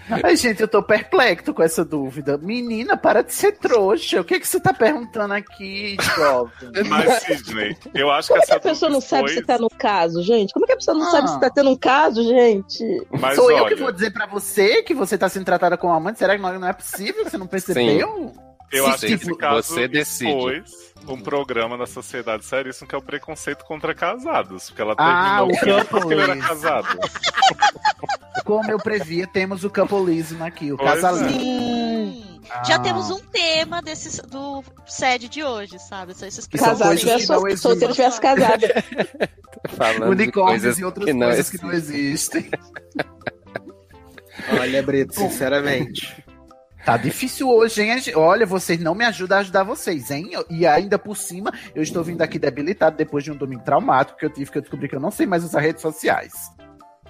S2: Ai, gente, eu tô perplexo com essa dúvida. Menina, para de ser trouxa. O que, que você tá perguntando aqui, jovem?
S3: Mas, Sidney, eu acho
S1: Como
S3: que
S1: é que
S3: essa
S1: a pessoa não
S3: dúvida
S1: sabe
S3: foi-
S1: se tá no caso, gente? Como é que a pessoa não
S2: Ah.
S1: sabe se tá tendo um caso, gente?
S3: Mas
S2: Sou eu
S3: olha,
S2: que vou dizer pra você que você tá sendo tratada como amante? Será que não não é possível que você não percebeu?
S3: eu
S2: Sim,
S3: acho que
S2: tipo,
S3: esse caso
S4: você decide.
S3: expôs um programa na sociedade seríssimo que é o preconceito contra casados. Porque ela
S2: Ah,
S3: terminou
S2: o
S3: o filho porque ele era
S2: campo.
S3: casado.
S2: Como eu previa, temos o campolismo aqui, o
S3: Pois
S2: casalinho.
S5: Sim. Já
S2: Ah.
S5: temos um tema desses, do sede de hoje, sabe? São esses
S2: Que são
S5: preconceitos.
S1: Casado,
S2: coisas
S1: se eu
S2: que não
S1: sou- solteiro
S2: existem.
S1: tivesse casado.
S5: um
S4: Falando de
S2: Unicórnios
S4: coisas
S2: e outras
S4: que não
S2: coisas que não
S4: existem.
S2: existem.
S7: Olha, Brito, sinceramente.
S2: Tá difícil hoje, hein? gente? Olha, vocês não me ajudam a ajudar vocês, hein? E ainda por cima, eu estou vindo aqui debilitado depois de um domingo traumático que eu tive que eu descobri que eu não sei mais usar redes sociais.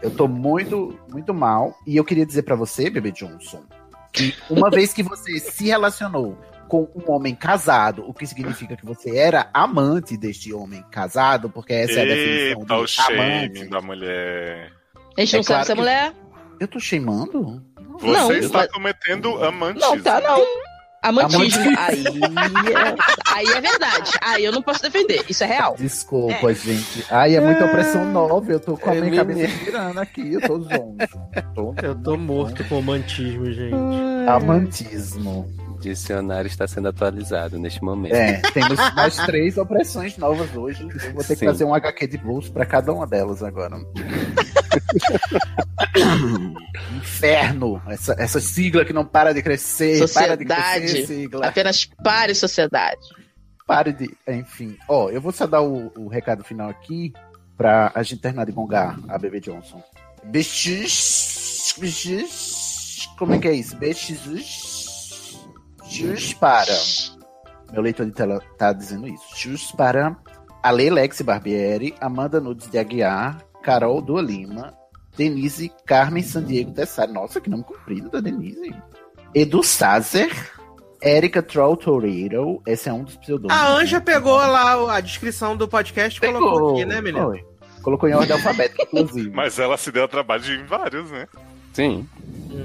S2: Eu tô muito, muito mal. E eu queria dizer pra você, Bebê Johnson, que
S3: <laughs>
S2: uma vez que você se relacionou com um homem casado, o que significa que você era amante deste homem casado, porque essa é a definição
S3: Eita, o
S2: de amante.
S3: shame da mulher.
S1: <laughs> A gente não
S2: É
S1: sabe
S2: claro
S1: se é
S2: que-
S1: mulher?
S2: Eu tô chamando?
S3: Você
S1: Não,
S3: está
S1: mas-
S3: cometendo amantismo.
S1: Não, tá não. Amantismo.
S2: Amantismo.
S1: <laughs> Aí, é- aí é verdade. Aí eu não posso defender. Isso é real.
S2: Desculpa, gente. Ai, é muita opressão nova. Eu tô com a
S7: É,
S2: minha
S7: menino.
S2: cabeça girando aqui. Eu tô zonzo.
S10: Eu tô morto com romantismo, gente.
S2: Amantismo.
S4: O dicionário está sendo atualizado neste momento.
S2: É, temos mais três opressões novas hoje. Eu vou ter que
S4: Sim.
S2: fazer um HQ de blues pra cada uma delas agora. Inferno! Essa, essa sigla que não para de crescer. Para de
S1: Sociedade.
S2: crescer, sigla.
S1: Apenas pare sociedade. <laughs>
S2: Pare de. Enfim. Ó, eu vou só dar o, o recado final aqui pra a gente terminar de gongar a Bebê Johnson. Bichis. Bichis. Como é que é isso? Bichis. Jus para. Meu leitor de tela tá dizendo isso. Jus para Ale Lex Barbieri, Amanda Nudes de Aguiar, Carol Dua Lima, Denise Carmen Sandiego Tessari. Nossa, que nome comprido da Denise. Edu Sazer, Erika Troll Torero. Esse é um dos pseudônimos.
S7: A Anja pegou lá a descrição do podcast e colocou aqui, né, menino?
S2: Foi. Colocou em ordem alfabética, inclusive.
S3: Mas ela se deu ao trabalho de ir em vários, né?
S4: Sim.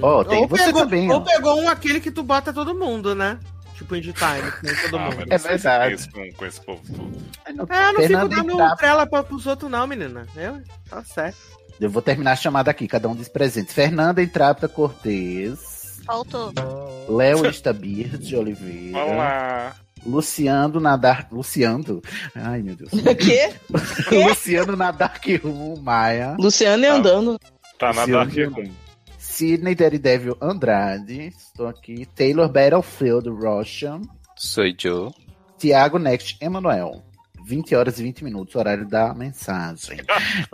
S2: Ó, tem
S7: ou,
S2: você
S7: pegou,
S2: também.
S7: ou
S2: ó.
S7: pegou um aquele que tu bota todo mundo, né? Tipo Indie Time, que nem todo
S3: Ah,
S7: mundo.
S3: mas
S2: É
S3: não sei se
S2: verdade.
S3: fez Com, com esse povo todo.
S7: É, não fico
S2: Fernanda
S7: dando
S2: Itá-
S7: trela pra, pros outros, não, menina. Eu, tá certo.
S2: Eu vou terminar a chamada aqui, cada um diz presente. Fernanda Entrapta Cortez,
S5: Faltou.
S2: Léo Estabir de Oliveira,
S3: Olá.
S2: Luciano Nadar. Luciando? Ai, meu Deus.
S1: <laughs>
S2: <laughs>
S1: O quê?
S2: Luciano Nadar Room Maia.
S1: Luciano e
S3: Tá.
S1: andando.
S3: Tá na
S2: Seu
S3: Dark
S2: Deus.
S3: Room.
S2: Sidney Daredevil Andrade. Estou aqui. Taylor Battlefield Rocha.
S4: Sou Joe.
S2: Tiago Next Emanuel. 20 horas e 20 minutos, horário da mensagem.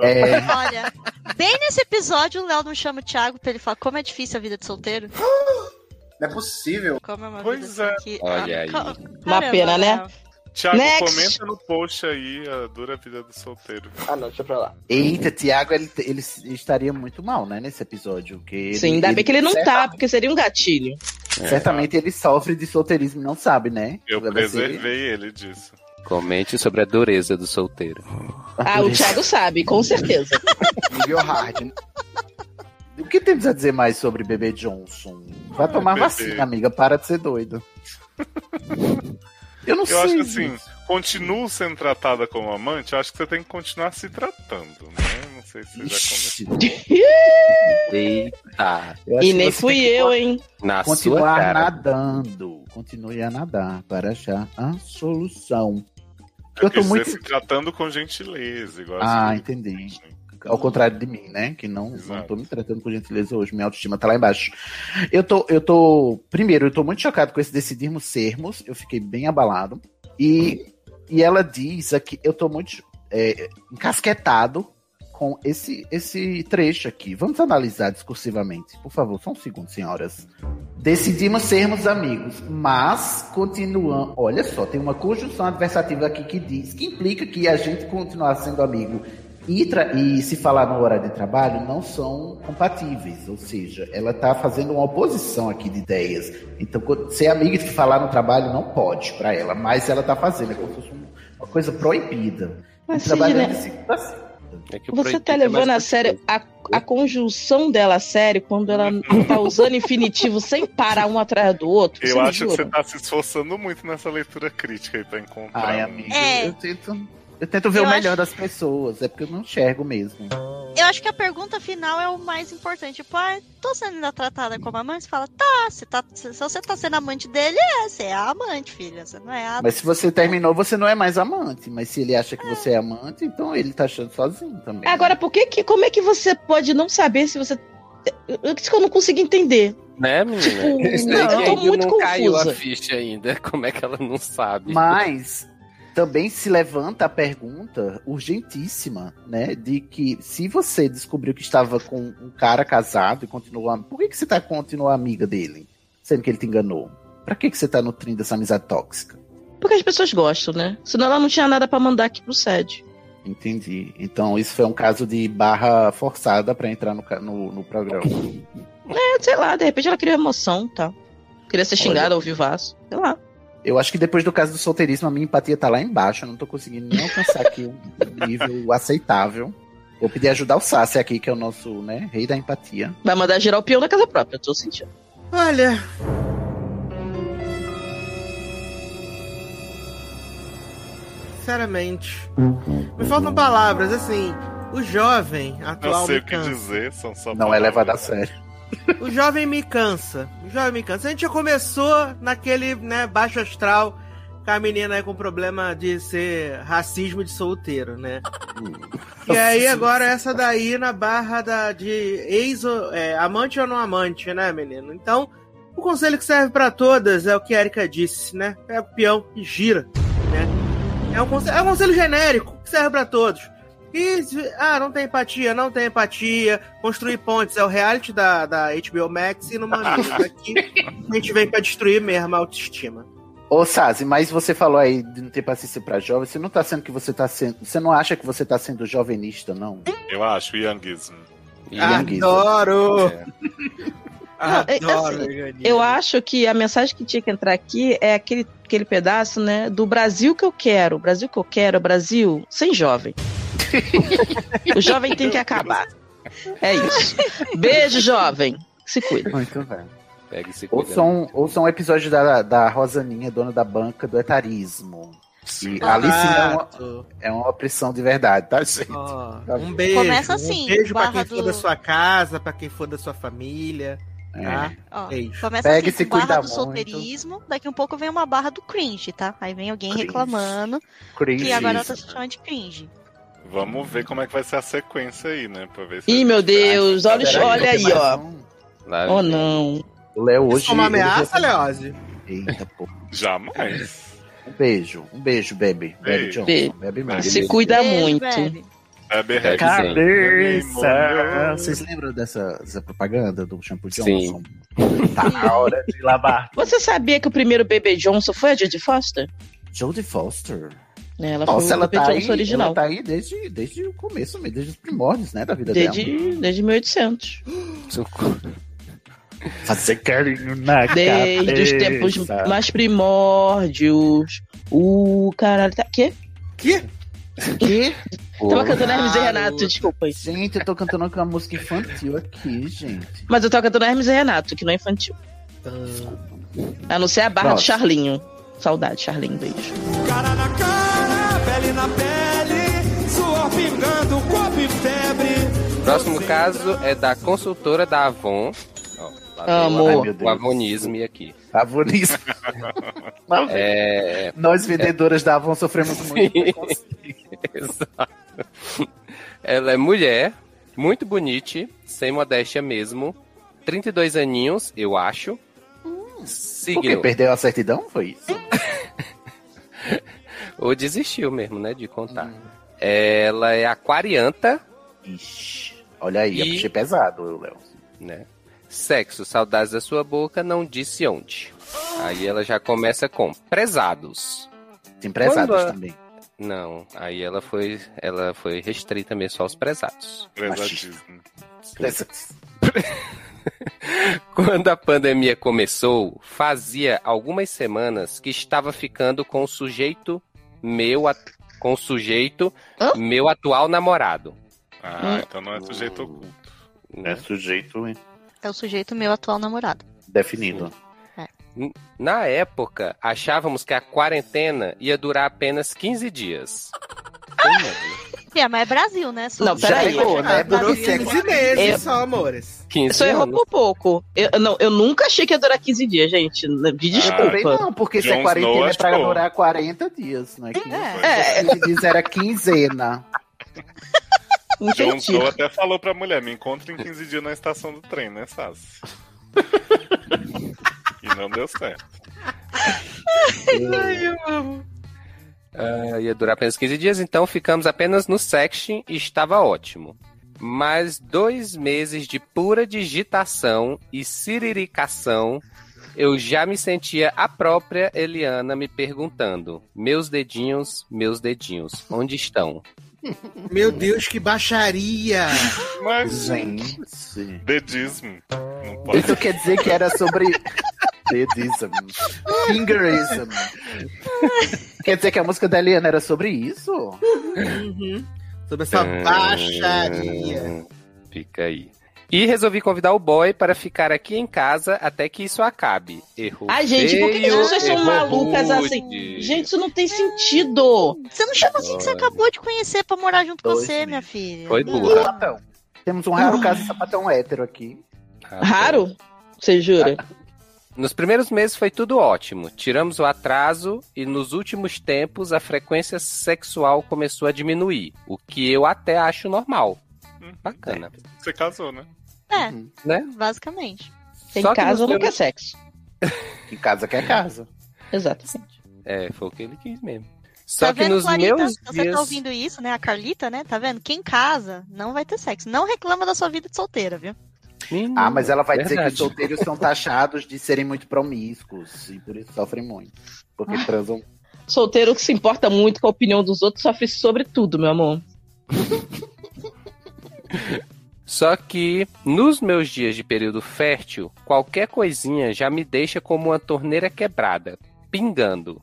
S2: É,
S5: Olha, bem nesse episódio o Léo não chama o Thiago pra ele falar como é difícil a vida de solteiro.
S6: Não é possível.
S5: Como é uma
S3: Pois
S5: vida
S3: é.
S5: que-
S4: Olha aí.
S5: ca-
S1: Uma
S5: caramba,
S1: pena, né?
S5: Léo.
S3: Thiago,
S1: Next.
S3: comenta no post aí a dura vida do solteiro.
S10: Ah, não, deixa pra lá.
S2: eita, Tiago, ele, ele estaria muito mal, né, nesse episódio. Porque ele- é
S1: Sim, ainda bem que ele não
S2: certa-
S1: tá, porque seria um gatilho.
S2: Certamente ele sofre de solteirismo e não sabe, né?
S3: É. Eu
S2: Vai ser-
S3: preservei ele disso.
S4: Comente sobre a dureza do solteiro.
S1: Ah, o Thiago sabe, com certeza.
S2: Nível hard. né? O que temos a dizer mais sobre bebê Johnson? Vai tomar
S3: bebê.
S2: vacina, amiga. Para de ser doida. Eu não sei.
S3: Eu acho que assim,
S2: gente.
S3: continuo sendo tratada como amante, eu acho que você tem que continuar se tratando, né? Não sei se você
S2: Ixi,
S1: <laughs>
S4: Eita!
S2: eu acho
S1: E
S2: que
S1: nem
S2: você
S1: fui
S2: tem que
S1: eu, hein?
S4: ah, Na sua
S2: Continuar
S4: cara.
S2: nadando. Continue a nadar para achar a solução.
S3: já
S2: Eu tô
S3: cometeu.
S2: muito.
S3: Se tratando com gentileza, igual
S2: Ah,
S3: assim.
S2: entendi. Ao contrário de mim, né? Que não, não
S3: Exato.
S2: tô me tratando com gentileza hoje. Minha autoestima tá lá embaixo. Eu tô, eu tô. Primeiro, eu tô muito chocado com esse decidirmos sermos. Eu fiquei bem abalado. E, e ela diz aqui, eu tô muito é, encasquetado com esse, esse trecho aqui. Vamos analisar discursivamente. Por favor, só um segundo, senhoras. Decidimos sermos amigos, mas continuamos. Olha só, tem uma conjunção adversativa aqui que diz que implica que a gente continuar sendo amigo e, tra- e se falar no horário de trabalho não são compatíveis, ou seja, ela está fazendo uma oposição aqui de ideias. Então, co- ser amiga e falar no trabalho não pode para ela, mas ela está fazendo, é como se fosse um- uma coisa proibida.
S1: Mas,
S2: O trabalho
S1: Sidney,
S2: é desse- assim.
S4: É que o
S1: Você
S4: proibido
S1: tá
S4: é mais
S1: levando a
S4: gostoso.
S1: sério a a conjunção dela a sério, quando ela tá usando infinitivo sem parar um atrás do outro.
S3: Eu
S1: você me
S3: acho que
S1: jura?
S3: você tá se esforçando muito nessa leitura crítica aí pra encontrar.
S2: Ai,
S3: um-
S2: amigo, eu tento. Eu tento ver
S5: é, Eu
S2: o melhor
S5: acho-
S2: das pessoas, é porque eu não enxergo mesmo.
S5: Eu acho que a pergunta final é o mais importante. Tipo, ah, tô sendo tratada como amante? Você fala, tá, se, tá, se se você tá sendo amante dele, é, você é a amante, filha. Você não é a.
S2: Mas se você terminou, você não é mais amante. Mas se ele acha que você é amante, então ele tá achando sozinho também.
S1: Agora, por que, que como é que você pode não saber se você. Eu- eu- Isso que eu não consigo entender.
S4: Né, menina?
S1: Tipo,
S4: Isso
S1: não,
S4: daí
S1: eu tô
S4: ainda
S1: muito
S4: não caiu a
S1: confusa.
S4: ficha ainda. <laughs> Como é que ela não sabe?
S2: Mas também se levanta a pergunta urgentíssima, né? De que se você descobriu que estava com um cara casado e continuou. am- Por que, que você tá continuando amiga dele? Sendo que ele te enganou? Pra que, que você tá nutrindo essa amizade tóxica?
S1: Porque as pessoas gostam, né? Senão ela não tinha nada pra mandar aqui pro SED.
S2: Entendi. Então, isso foi um caso de barra forçada pra entrar no, ca- no, no programa.
S1: É, sei lá, de repente ela criou emoção, tá? Queria ser xingada ao vivaço. Sei lá.
S2: Eu acho que depois do caso do solteirismo, a minha empatia tá lá embaixo. Eu não tô conseguindo nem alcançar aqui um nível aceitável. Vou pedir ajuda ao Sassi aqui, que é o nosso, né, rei da empatia.
S1: Vai mandar girar o peão da casa própria, eu tô sentindo.
S7: Olha. Sinceramente. Me faltam palavras, assim. O jovem atual.
S3: Não sei
S7: me
S3: o que
S7: cansa.
S3: dizer, são só
S2: Não é levado a sério.
S7: <laughs> O jovem me cansa. O jovem me cansa. A gente já começou naquele, né, baixo astral com a menina aí com problema de ser racismo de solteiro, né? E aí agora essa daí na barra da, de ex é, amante ou não amante, né, menino? Então, o conselho que serve pra todas é o que a Erika disse, né? Pega o peão e gira, né? É um conselho, é um conselho genérico que serve pra todos. E, se- ah, não tem empatia, não tem empatia. Construir pontes é o reality da, da HBO Max e no <laughs> Mamilos. Aqui a gente vem pra destruir mesmo a autoestima.
S2: Ô, Sassi, mas você falou aí de não ter paciência pra jovem. Você não tá sendo que você tá sendo... Você não acha que você tá sendo jovenista, não?
S3: Eu acho, Youngism.
S2: ah,
S7: Adoro!
S1: Não, é,
S7: Adoro,
S1: assim,
S7: Janine.
S1: eu acho que a mensagem que tinha que entrar aqui é aquele, aquele pedaço, né? Do Brasil que eu quero. O Brasil que eu quero é o Brasil sem
S4: <laughs>
S1: jovem. o jovem tem que acabar. É isso. Beijo, jovem. Se cuida.
S2: Muito bem.
S4: Pega esse
S2: Ouça um, ouça um episódio da, da Rosaninha, dona da banca do etarismo. E
S7: Ah,
S2: ali sim é uma, é uma opressão de verdade, tá, gente? Tá
S7: Um
S2: vendo?
S7: beijo.
S5: Começa assim,
S7: Um beijo pra
S5: barra
S7: quem for
S5: do- É.
S7: da sua casa, pra quem for da sua família. Tá?
S5: Ó,
S7: Beijo.
S5: começa
S7: Pega e
S5: assim,
S7: se
S5: com barra
S7: cuida
S5: do
S7: muito.
S5: solteirismo, daqui um pouco vem uma barra do cringe, tá? Aí vem alguém
S3: Cringe.
S5: reclamando
S2: É,
S3: Cringe.
S5: que agora tá se chamando de cringe.
S3: Vamos ver como é que vai ser a sequência aí, né? Pra ver se
S1: Ih, meu Deus, olha, os-
S3: Peraí,
S1: olha
S3: tem
S1: aí,
S3: mais
S1: ó.
S4: Lá
S1: Oh, não.
S2: um? O Léo hoje...
S7: Isso é uma
S2: ele já- tá-
S7: ameaça, Leose?
S2: Eita, pô.
S3: Jamais.
S2: Um beijo, um beijo, bebe. Bebe,
S3: Beijo.
S2: Johnson.
S1: Bebe.
S2: Bebe mais.
S1: Se cuida
S5: Beijo,
S1: muito.
S5: bebe.
S3: Bebe
S2: É
S4: Bebe
S2: Cabeça! Vocês lembram dessa, dessa propaganda do shampoo Johnson? Tá na hora
S1: <laughs>
S2: de lavar.
S1: Você sabia que o primeiro bebê Johnson foi a Judy Foster?
S2: Jodie Foster.
S1: Né, Ela
S2: Nossa,
S1: foi o
S2: ela
S1: bebê
S2: tá, aí,
S1: Johnson original.
S2: ela tá aí desde, desde o começo, mesmo, desde os primórdios, né, da vida dela.
S1: Desde, desde 1800.
S2: Fazer carinho na
S1: Desde os tempos mais primórdios. O caralho, tá. Quê?
S7: Que?
S2: Que?
S1: Tava cantando Hermes e Renato, desculpa. aí.
S2: Gente, eu tô cantando com uma música infantil aqui, gente.
S1: Mas eu tava cantando Hermes e Renato, que não é infantil. A não ser a barra
S2: Ah. Nossa.
S1: do Charlinho. Saudade, Charlinho, beijo.
S9: Cara na cara, pele na pele, suor pingando, corpo e febre.
S4: Próximo caso é da consultora da Avon. Ó, lá vem o-
S1: Amor.
S4: Ai, meu Deus. O Avonismo aqui.
S2: Avonismo.
S4: É, <laughs>
S2: Nós, vendedoras da Avon, sofremos muito.
S4: Exato. Ela é mulher, muito bonita, sem modéstia mesmo. 32 aninhos, eu acho.
S2: Por quê?
S4: Signo.
S2: Perdeu a certidão? Foi isso?
S4: Ou desistiu mesmo, né? De contar. Ela é aquarianta,
S2: Ixi, olha aí,
S4: E-
S2: eu puxei pesado, Léo.
S4: né? Sexo, saudades da sua boca, não disse onde. Aí ela já começa com prezados.
S2: Tem prezados
S1: é.
S4: Quando a-
S2: também.
S4: Não, aí ela foi, ela foi restrita mesmo só aos prezados.
S3: Prezadíssimo.
S2: é.
S4: Quando a pandemia começou, fazia algumas semanas que estava ficando com o sujeito meu, at- com o sujeito meu atual namorado.
S1: Hum.
S4: Hum. Né?
S3: Ah, então não é sujeito oculto.
S2: É sujeito
S5: É o sujeito meu atual namorado.
S2: definido.
S4: N- Na época, achávamos que a quarentena ia durar apenas 15 dias.
S5: É, mas é Brasil, né? Só-
S1: Não, peraí.
S7: né? Durou
S1: Brasil,
S7: 15 meses
S5: É.
S1: Eu-
S7: só, amores.
S4: 15
S1: Só errou por pouco. Eu, eu não, eu nunca achei que ia durar 15 dias, gente. Me desculpa.
S2: Também Ah, não, porque se é quarentena é pra durar 40 dias, não é 15.
S1: É.
S2: Se diz era quinzena.
S3: John Doe até falou pra mulher, me encontra em 15 dias na estação do trem, né,
S1: <laughs>
S3: Sassi? e não deu certo.
S5: Ai,
S2: É.
S5: eu amo.
S4: Ah, ia durar apenas 15 dias, então ficamos apenas no sexting e estava ótimo. Mas dois meses de pura digitação e siriricação, eu já me sentia a própria Eliana me perguntando: Meus dedinhos, meus dedinhos, onde estão?
S7: Meu Deus, que <laughs> baixaria!
S3: Mas,
S2: É, gente.
S3: Dedismo. Não pode.
S1: é
S2: Isso quer dizer que era sobre. Dedism. Fingerism. quer dizer que a música da Eliana era sobre isso?
S7: Sobre essa baixaria.
S4: Ah, Fica aí. E resolvi convidar o boy para ficar aqui em casa até que isso acabe. Errou.
S1: Ai, gente, por que que
S4: feio,
S1: vocês são
S4: errou
S1: malucas
S4: rude.
S1: assim? Gente, isso não tem sentido.
S5: Você não chama assim que você acabou de conhecer pra morar junto com
S2: Dois
S5: você, minha filha.
S4: Foi burra.
S2: Sapatão. Temos um raro caso de sapatão hétero aqui.
S1: Raro? Você jura?
S4: Nos primeiros meses foi tudo ótimo. Tiramos o atraso e nos últimos tempos a frequência sexual começou a diminuir, o que eu até acho normal. Bacana,
S3: Hum, Você casou, né?
S5: É,
S4: né?
S5: basicamente.
S1: Tem
S4: Só que
S1: casa
S4: nos
S1: ou não quer
S4: primeiros-
S1: sexo.
S2: Em casa que é casa.
S1: Exatamente.
S4: É, foi o que ele quis mesmo.
S5: tá
S4: Só que
S5: vendo,
S4: nos
S5: Clarita?
S4: meus
S5: Se Você tá
S4: dias
S5: ouvindo isso, né? A Carlita, né? Tá vendo? Quem casa não vai ter sexo. Não reclama da sua vida de solteira, viu?
S4: Menino,
S2: Ah, mas ela vai dizer que
S4: verdade.
S2: os solteiros são taxados de serem muito promíscuos e por isso sofrem muito. Porque transam.
S1: Solteiro que se importa muito com a opinião dos outros sofre sobre tudo, meu amor.
S4: Só que nos meus dias de período fértil, qualquer coisinha já me deixa como uma torneira quebrada, pingando.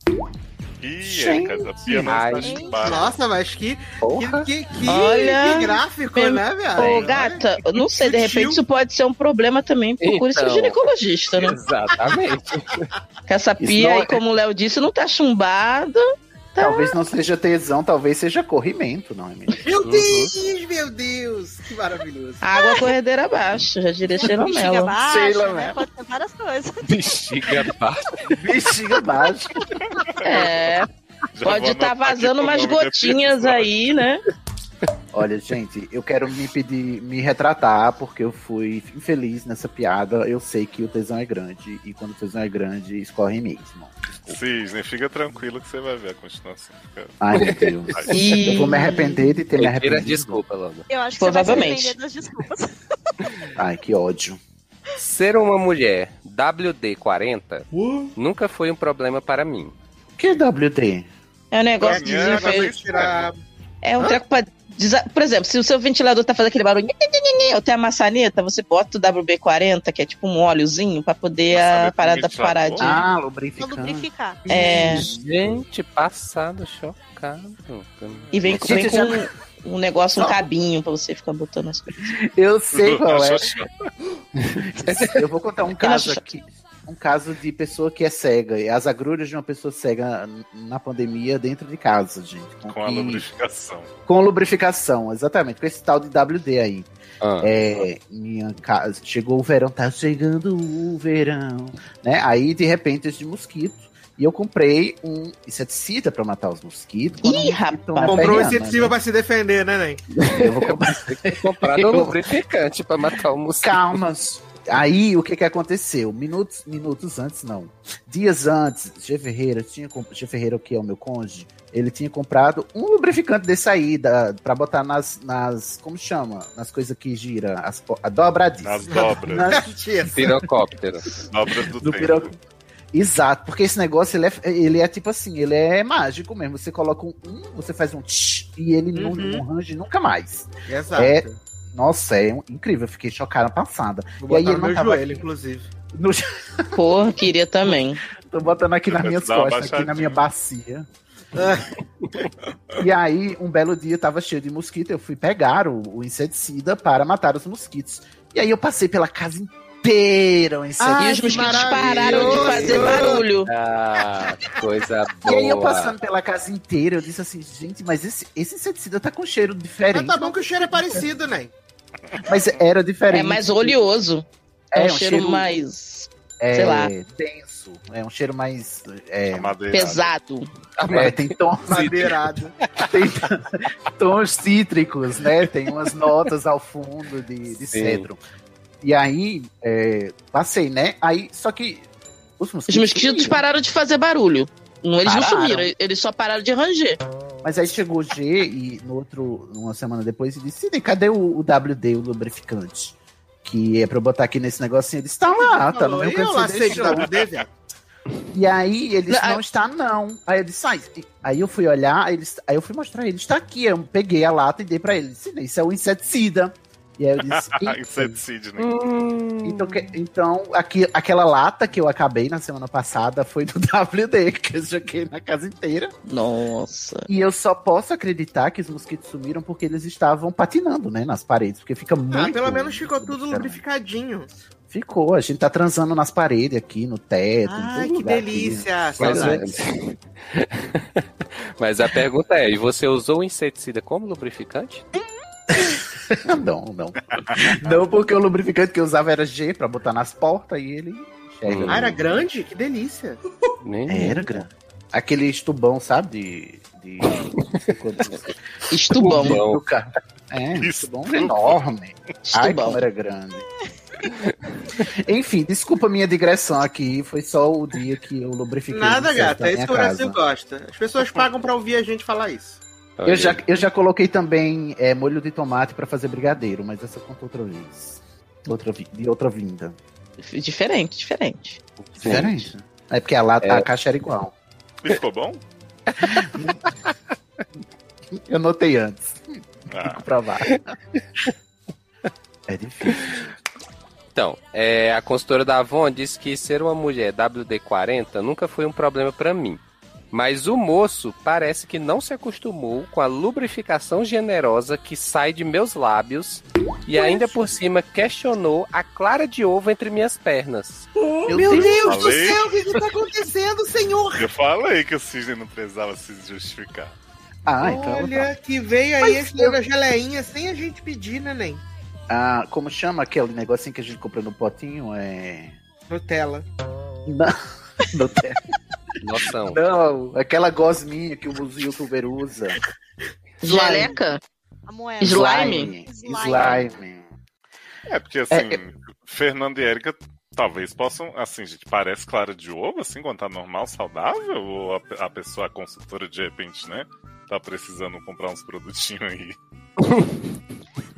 S3: Ih, Erika, essa pia não
S4: Ai.
S3: está chupada.
S7: Nossa, mas que, que, que, que,
S1: Olha.
S7: que gráfico,
S1: Meu-
S7: né, viado?
S1: Ô, gata, eu não sei, de repente isso pode ser um problema também. Procure seu
S4: Então.
S1: ginecologista, né?
S4: Exatamente.
S2: <laughs>
S1: Que essa
S2: Isso
S1: pia
S2: não
S1: aí,
S2: é-
S1: como o Léo disse, não tá chumbada.
S2: Talvez não seja tesão, talvez seja corrimento, não é
S7: <laughs>
S2: mesmo?
S7: Meu Deus, meu Deus, que maravilhoso.
S1: Água corredeira abaixo, já diria
S5: Bexiga
S1: Xeramela.
S5: baixa,
S2: Sheila
S5: né?
S2: Mello.
S5: Pode ser várias coisas. <laughs>
S4: Bexiga baixa.
S2: Bexiga baixa.
S1: É,
S3: Já
S1: pode
S3: vou
S1: estar
S3: anotar aqui
S1: vazando
S3: pro
S1: umas
S3: nome do
S1: gotinhas
S3: episódio.
S1: aí, né?
S2: Olha, gente, eu quero me pedir, me retratar, porque eu fui infeliz nessa piada. Eu sei que o tesão é grande, e quando o tesão é grande, escorre mesmo.
S3: Cisne, fica tranquilo que você vai ver a continuação. Fica...
S2: Ai, meu <laughs> Deus.
S1: Ih.
S2: Eu vou me arrepender de ter me
S4: Tira a
S2: arrependido.
S4: desculpa logo.
S5: Eu acho que você vai se
S1: Provavelmente.
S5: arrepender das desculpas.
S2: Ai, que ódio.
S4: Ser uma mulher WD40
S2: Uhum.
S4: nunca foi um problema para mim.
S2: Que WD?
S1: É um negócio de
S3: Banheira,
S1: desenfreio.
S3: mas tirar-
S1: É um treco pra. desa- Por exemplo, se o seu ventilador tá fazendo aquele barulho ou tem a maçaneta, você bota o WB-40, que é tipo um óleozinho, pra poder a
S3: Maçaneta
S1: parada
S3: com
S1: parar de.
S3: ventilador?
S2: Ah,
S5: Pra
S2: lubrificante.
S5: lubrificar.
S1: É,
S4: Gente, passado, chocado.
S1: e vem,
S2: Gente,
S1: vem com
S2: já-
S1: um, um negócio, um cabinho pra você ficar botando as coisas.
S2: Eu sei qual é.
S3: <laughs> Achou chato.
S2: Eu vou contar um caso
S1: acho
S2: aqui. Um caso de pessoa que é cega. E as agrulhas de uma pessoa cega na pandemia dentro de casa, gente. Com,
S3: Com a
S2: que-
S3: lubrificação.
S2: com lubrificação, exatamente. Com esse tal de WD aí.
S4: Ah.
S3: Ah,
S2: É,
S3: tá.
S2: minha casa. Chegou o verão, tá chegando o verão. Né? Aí, de repente, esse mosquito. E eu comprei um inseticida pra matar os mosquitos. quando
S1: Ih,
S2: o mosquito
S1: rapaz.
S2: tá
S7: Comprou um
S2: pegando,
S7: inseticida
S2: né?
S7: pra se defender, né, Nen?
S2: Eu vou comprar.
S4: comprado
S2: Eu-
S4: um lubrificante pra matar o mosquito.
S2: Calma. Aí o que que aconteceu? Minutos, minutos antes, não. Dias antes, G Ferreira tinha comp- G Ferreira, que é o meu cônjuge, ele tinha comprado um lubrificante desse aí, da, pra botar nas, nas. Como chama? Nas coisas que gira, as, po- a dobradiça.
S3: Nas dobras. <laughs>
S2: Ah.
S7: <laughs> Mentira.
S4: Pirocóptero.
S3: Dobras do,
S2: Do
S3: tempo.
S2: piro- Exato, porque esse negócio ele é, ele é tipo assim, ele é mágico mesmo. Você coloca um, um, você faz um tch, e ele não,
S7: Uhum.
S2: não range nunca mais.
S7: Exato.
S2: É, Nossa, é um- incrível, eu fiquei chocada passada.
S7: Vou
S2: e aí
S7: botar
S2: ele
S7: no
S2: não
S7: meu
S2: tava- É
S7: joelho, inclusive.
S2: No-
S1: Porra, queria também.
S2: Tô botando aqui nas
S3: Vai te
S2: minhas
S3: dar uma
S2: costas, aqui na
S3: baixadinha.
S2: minha bacia.
S7: Ah,
S2: e aí, um belo dia tava cheio de mosquito, eu fui pegar o, o inseticida para matar os mosquitos. E aí eu passei pela casa inteira o inseticida.
S1: e os mosquitos pararam de fazer barulho. É
S4: Ah, coisa
S2: E
S4: boa.
S2: aí eu passando pela casa inteira, eu disse assim, gente, mas esse, esse inseticida tá com cheiro diferente.
S7: Mas tá bom que o cheiro é parecido,
S2: <laughs>
S7: né?
S2: Mas era diferente.
S1: É mais oleoso. É um cheiro
S2: mais.
S1: sei lá.
S2: Denso. É um cheiro mais. É,
S1: Pesado.
S2: É, tem tons.
S7: Madeirado.
S2: tem <laughs> tons cítricos, né? Tem umas notas ao fundo de, de
S4: Sim.
S2: cedro. E aí, é, passei, né? Aí, só que. Os
S1: Os
S2: mosquitos,
S1: mosquitos
S2: sumiram.
S1: pararam de fazer barulho. Não, Eles não
S2: Pararam.
S1: sumiram, eles só pararam de ranger.
S2: Mas aí chegou o G e no outro, uma semana depois, ele disse: "Sidney, cadê o, o WD, o lubrificante? Que é pra eu botar aqui nesse negocinho. Ele disse: tá lá, tá no
S7: Falou,
S2: meu
S7: eu lá
S2: canto. você
S7: sei que
S2: deixou."
S7: tá deve.
S2: E aí ele disse,
S7: Não,
S2: não,
S7: eu-
S2: está não. Aí eu disse, "Ai, e-" aí eu fui olhar, aí, ele disse- aí eu fui mostrar ele, está aqui. Eu peguei a lata e dei pra ele. Ele disse, isso é um inseticida. E aí eu
S7: <laughs>
S2: disse,
S7: Ah,
S2: "Ih,
S3: Inseticide, né?
S2: então, que- então aqui, aquela lata que eu acabei na semana passada foi <laughs> do WD, que eu joguei na casa inteira.
S1: Nossa.
S2: E eu só posso acreditar que os mosquitos sumiram porque eles estavam patinando, né, nas paredes, porque fica
S7: Ah,
S2: muito.
S7: pelo menos ficou tudo lubrificadinho.
S2: Ficou, a gente tá transando nas paredes aqui, no teto. em
S7: Ai,
S2: todo
S7: que
S2: lugar aqui. né?
S7: delícia.
S2: é.
S4: Mas, é-
S7: Saudades.
S4: <laughs> Mas a pergunta é: e você usou o inseticida como lubrificante?
S2: Ah, não, não. Não, porque o lubrificante que eu usava era G pra botar nas portas e ele. enxerga.
S7: Ah, era grande? Que delícia.
S2: Era grande. Aquele estubão, sabe? De. de...
S1: Estubão.
S2: Do ca- É, um estubão enorme. Ai,
S1: Estubão.
S2: como era grande. Enfim, desculpa a minha digressão aqui. Foi só o dia que eu lubrifiquei.
S7: Nada,
S2: o inseto
S7: gata.
S2: da
S7: É isso
S2: minha
S7: que o Brasil
S2: casa.
S7: gosta. As pessoas pagam pra ouvir a gente falar isso.
S2: Eu já, eu já coloquei também é, molho de tomate pra fazer brigadeiro, mas essa conta outra vez. Outra, vi- de outra vinda. é
S1: Diferente, diferente.
S2: Diferente. É porque a, lata,
S1: É.
S2: a caixa era igual.
S3: E ficou bom?
S2: Eu notei antes.
S3: Ah.
S2: Pra lá. É difícil.
S4: Então, é, a consultora da Avon disse que ser uma mulher WD-40 nunca foi um problema pra mim. Mas o moço parece que não se acostumou com a lubrificação generosa que sai de meus lábios e ainda por cima questionou a clara de ovo entre minhas pernas.
S7: Oh, Meu,
S4: Deus.
S7: Deus do
S3: Falei.
S7: céu, o que que tá acontecendo, senhor?
S3: Eu falei que o Sidney não precisava se justificar.
S2: Ah, então.
S7: Olha que veio aí esse da geleinha sem a gente pedir, né, Nen?
S2: Ah, como chama aquele negocinho que a gente compra no potinho? <laughs> É.
S7: Nutella.
S2: Não. Nutella.
S4: Noção.
S2: Não, aquela gosminha que o youtuber usa.
S1: Geleca?
S5: A moeda.
S1: Slime?
S2: Slime.
S3: É, porque assim, Fernando e Érica talvez possam, assim, gente, parece clara de ovo, assim, quando tá normal, saudável, ou a, pe- a pessoa, a consultora, de repente, né, tá precisando comprar uns produtinhos aí.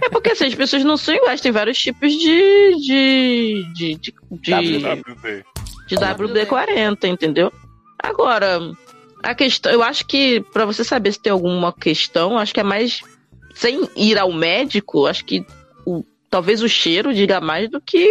S1: É porque assim, as pessoas não são iguais, tem vários tipos de. de. de. de, de,
S3: WWD.
S1: de WD-40, entendeu? Agora, a questão. Eu acho que pra você saber se tem alguma questão, acho que é mais. Sem ir ao médico, acho que o, talvez o cheiro diga mais do que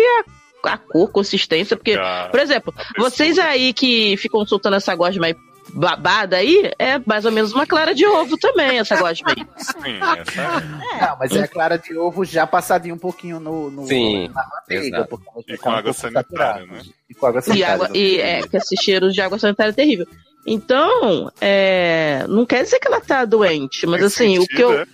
S1: a, a cor, consistência. Porque,
S3: Ah,
S1: por exemplo, vocês aí que ficam soltando essa gosma aí babada aí, é mais ou menos uma clara de ovo também, essa gosma
S3: <laughs>
S1: aí.
S3: Sim, assim, essa...
S2: Não, mas é a clara de ovo já passadinha um pouquinho no, no
S4: Sim,
S2: na manteiga,
S4: exato.
S2: porque ela
S3: E
S2: já
S3: com
S2: tá um
S3: água
S2: pouco
S3: sanitária,
S2: saturada.
S3: né?
S2: E com água
S1: E,
S2: sanitária.
S1: água, e é, que esse cheiro de água sanitária é terrível. Então, é, não quer dizer que ela tá doente, mas
S3: Faz
S1: assim, o
S3: sentido,
S1: que eu.
S3: é.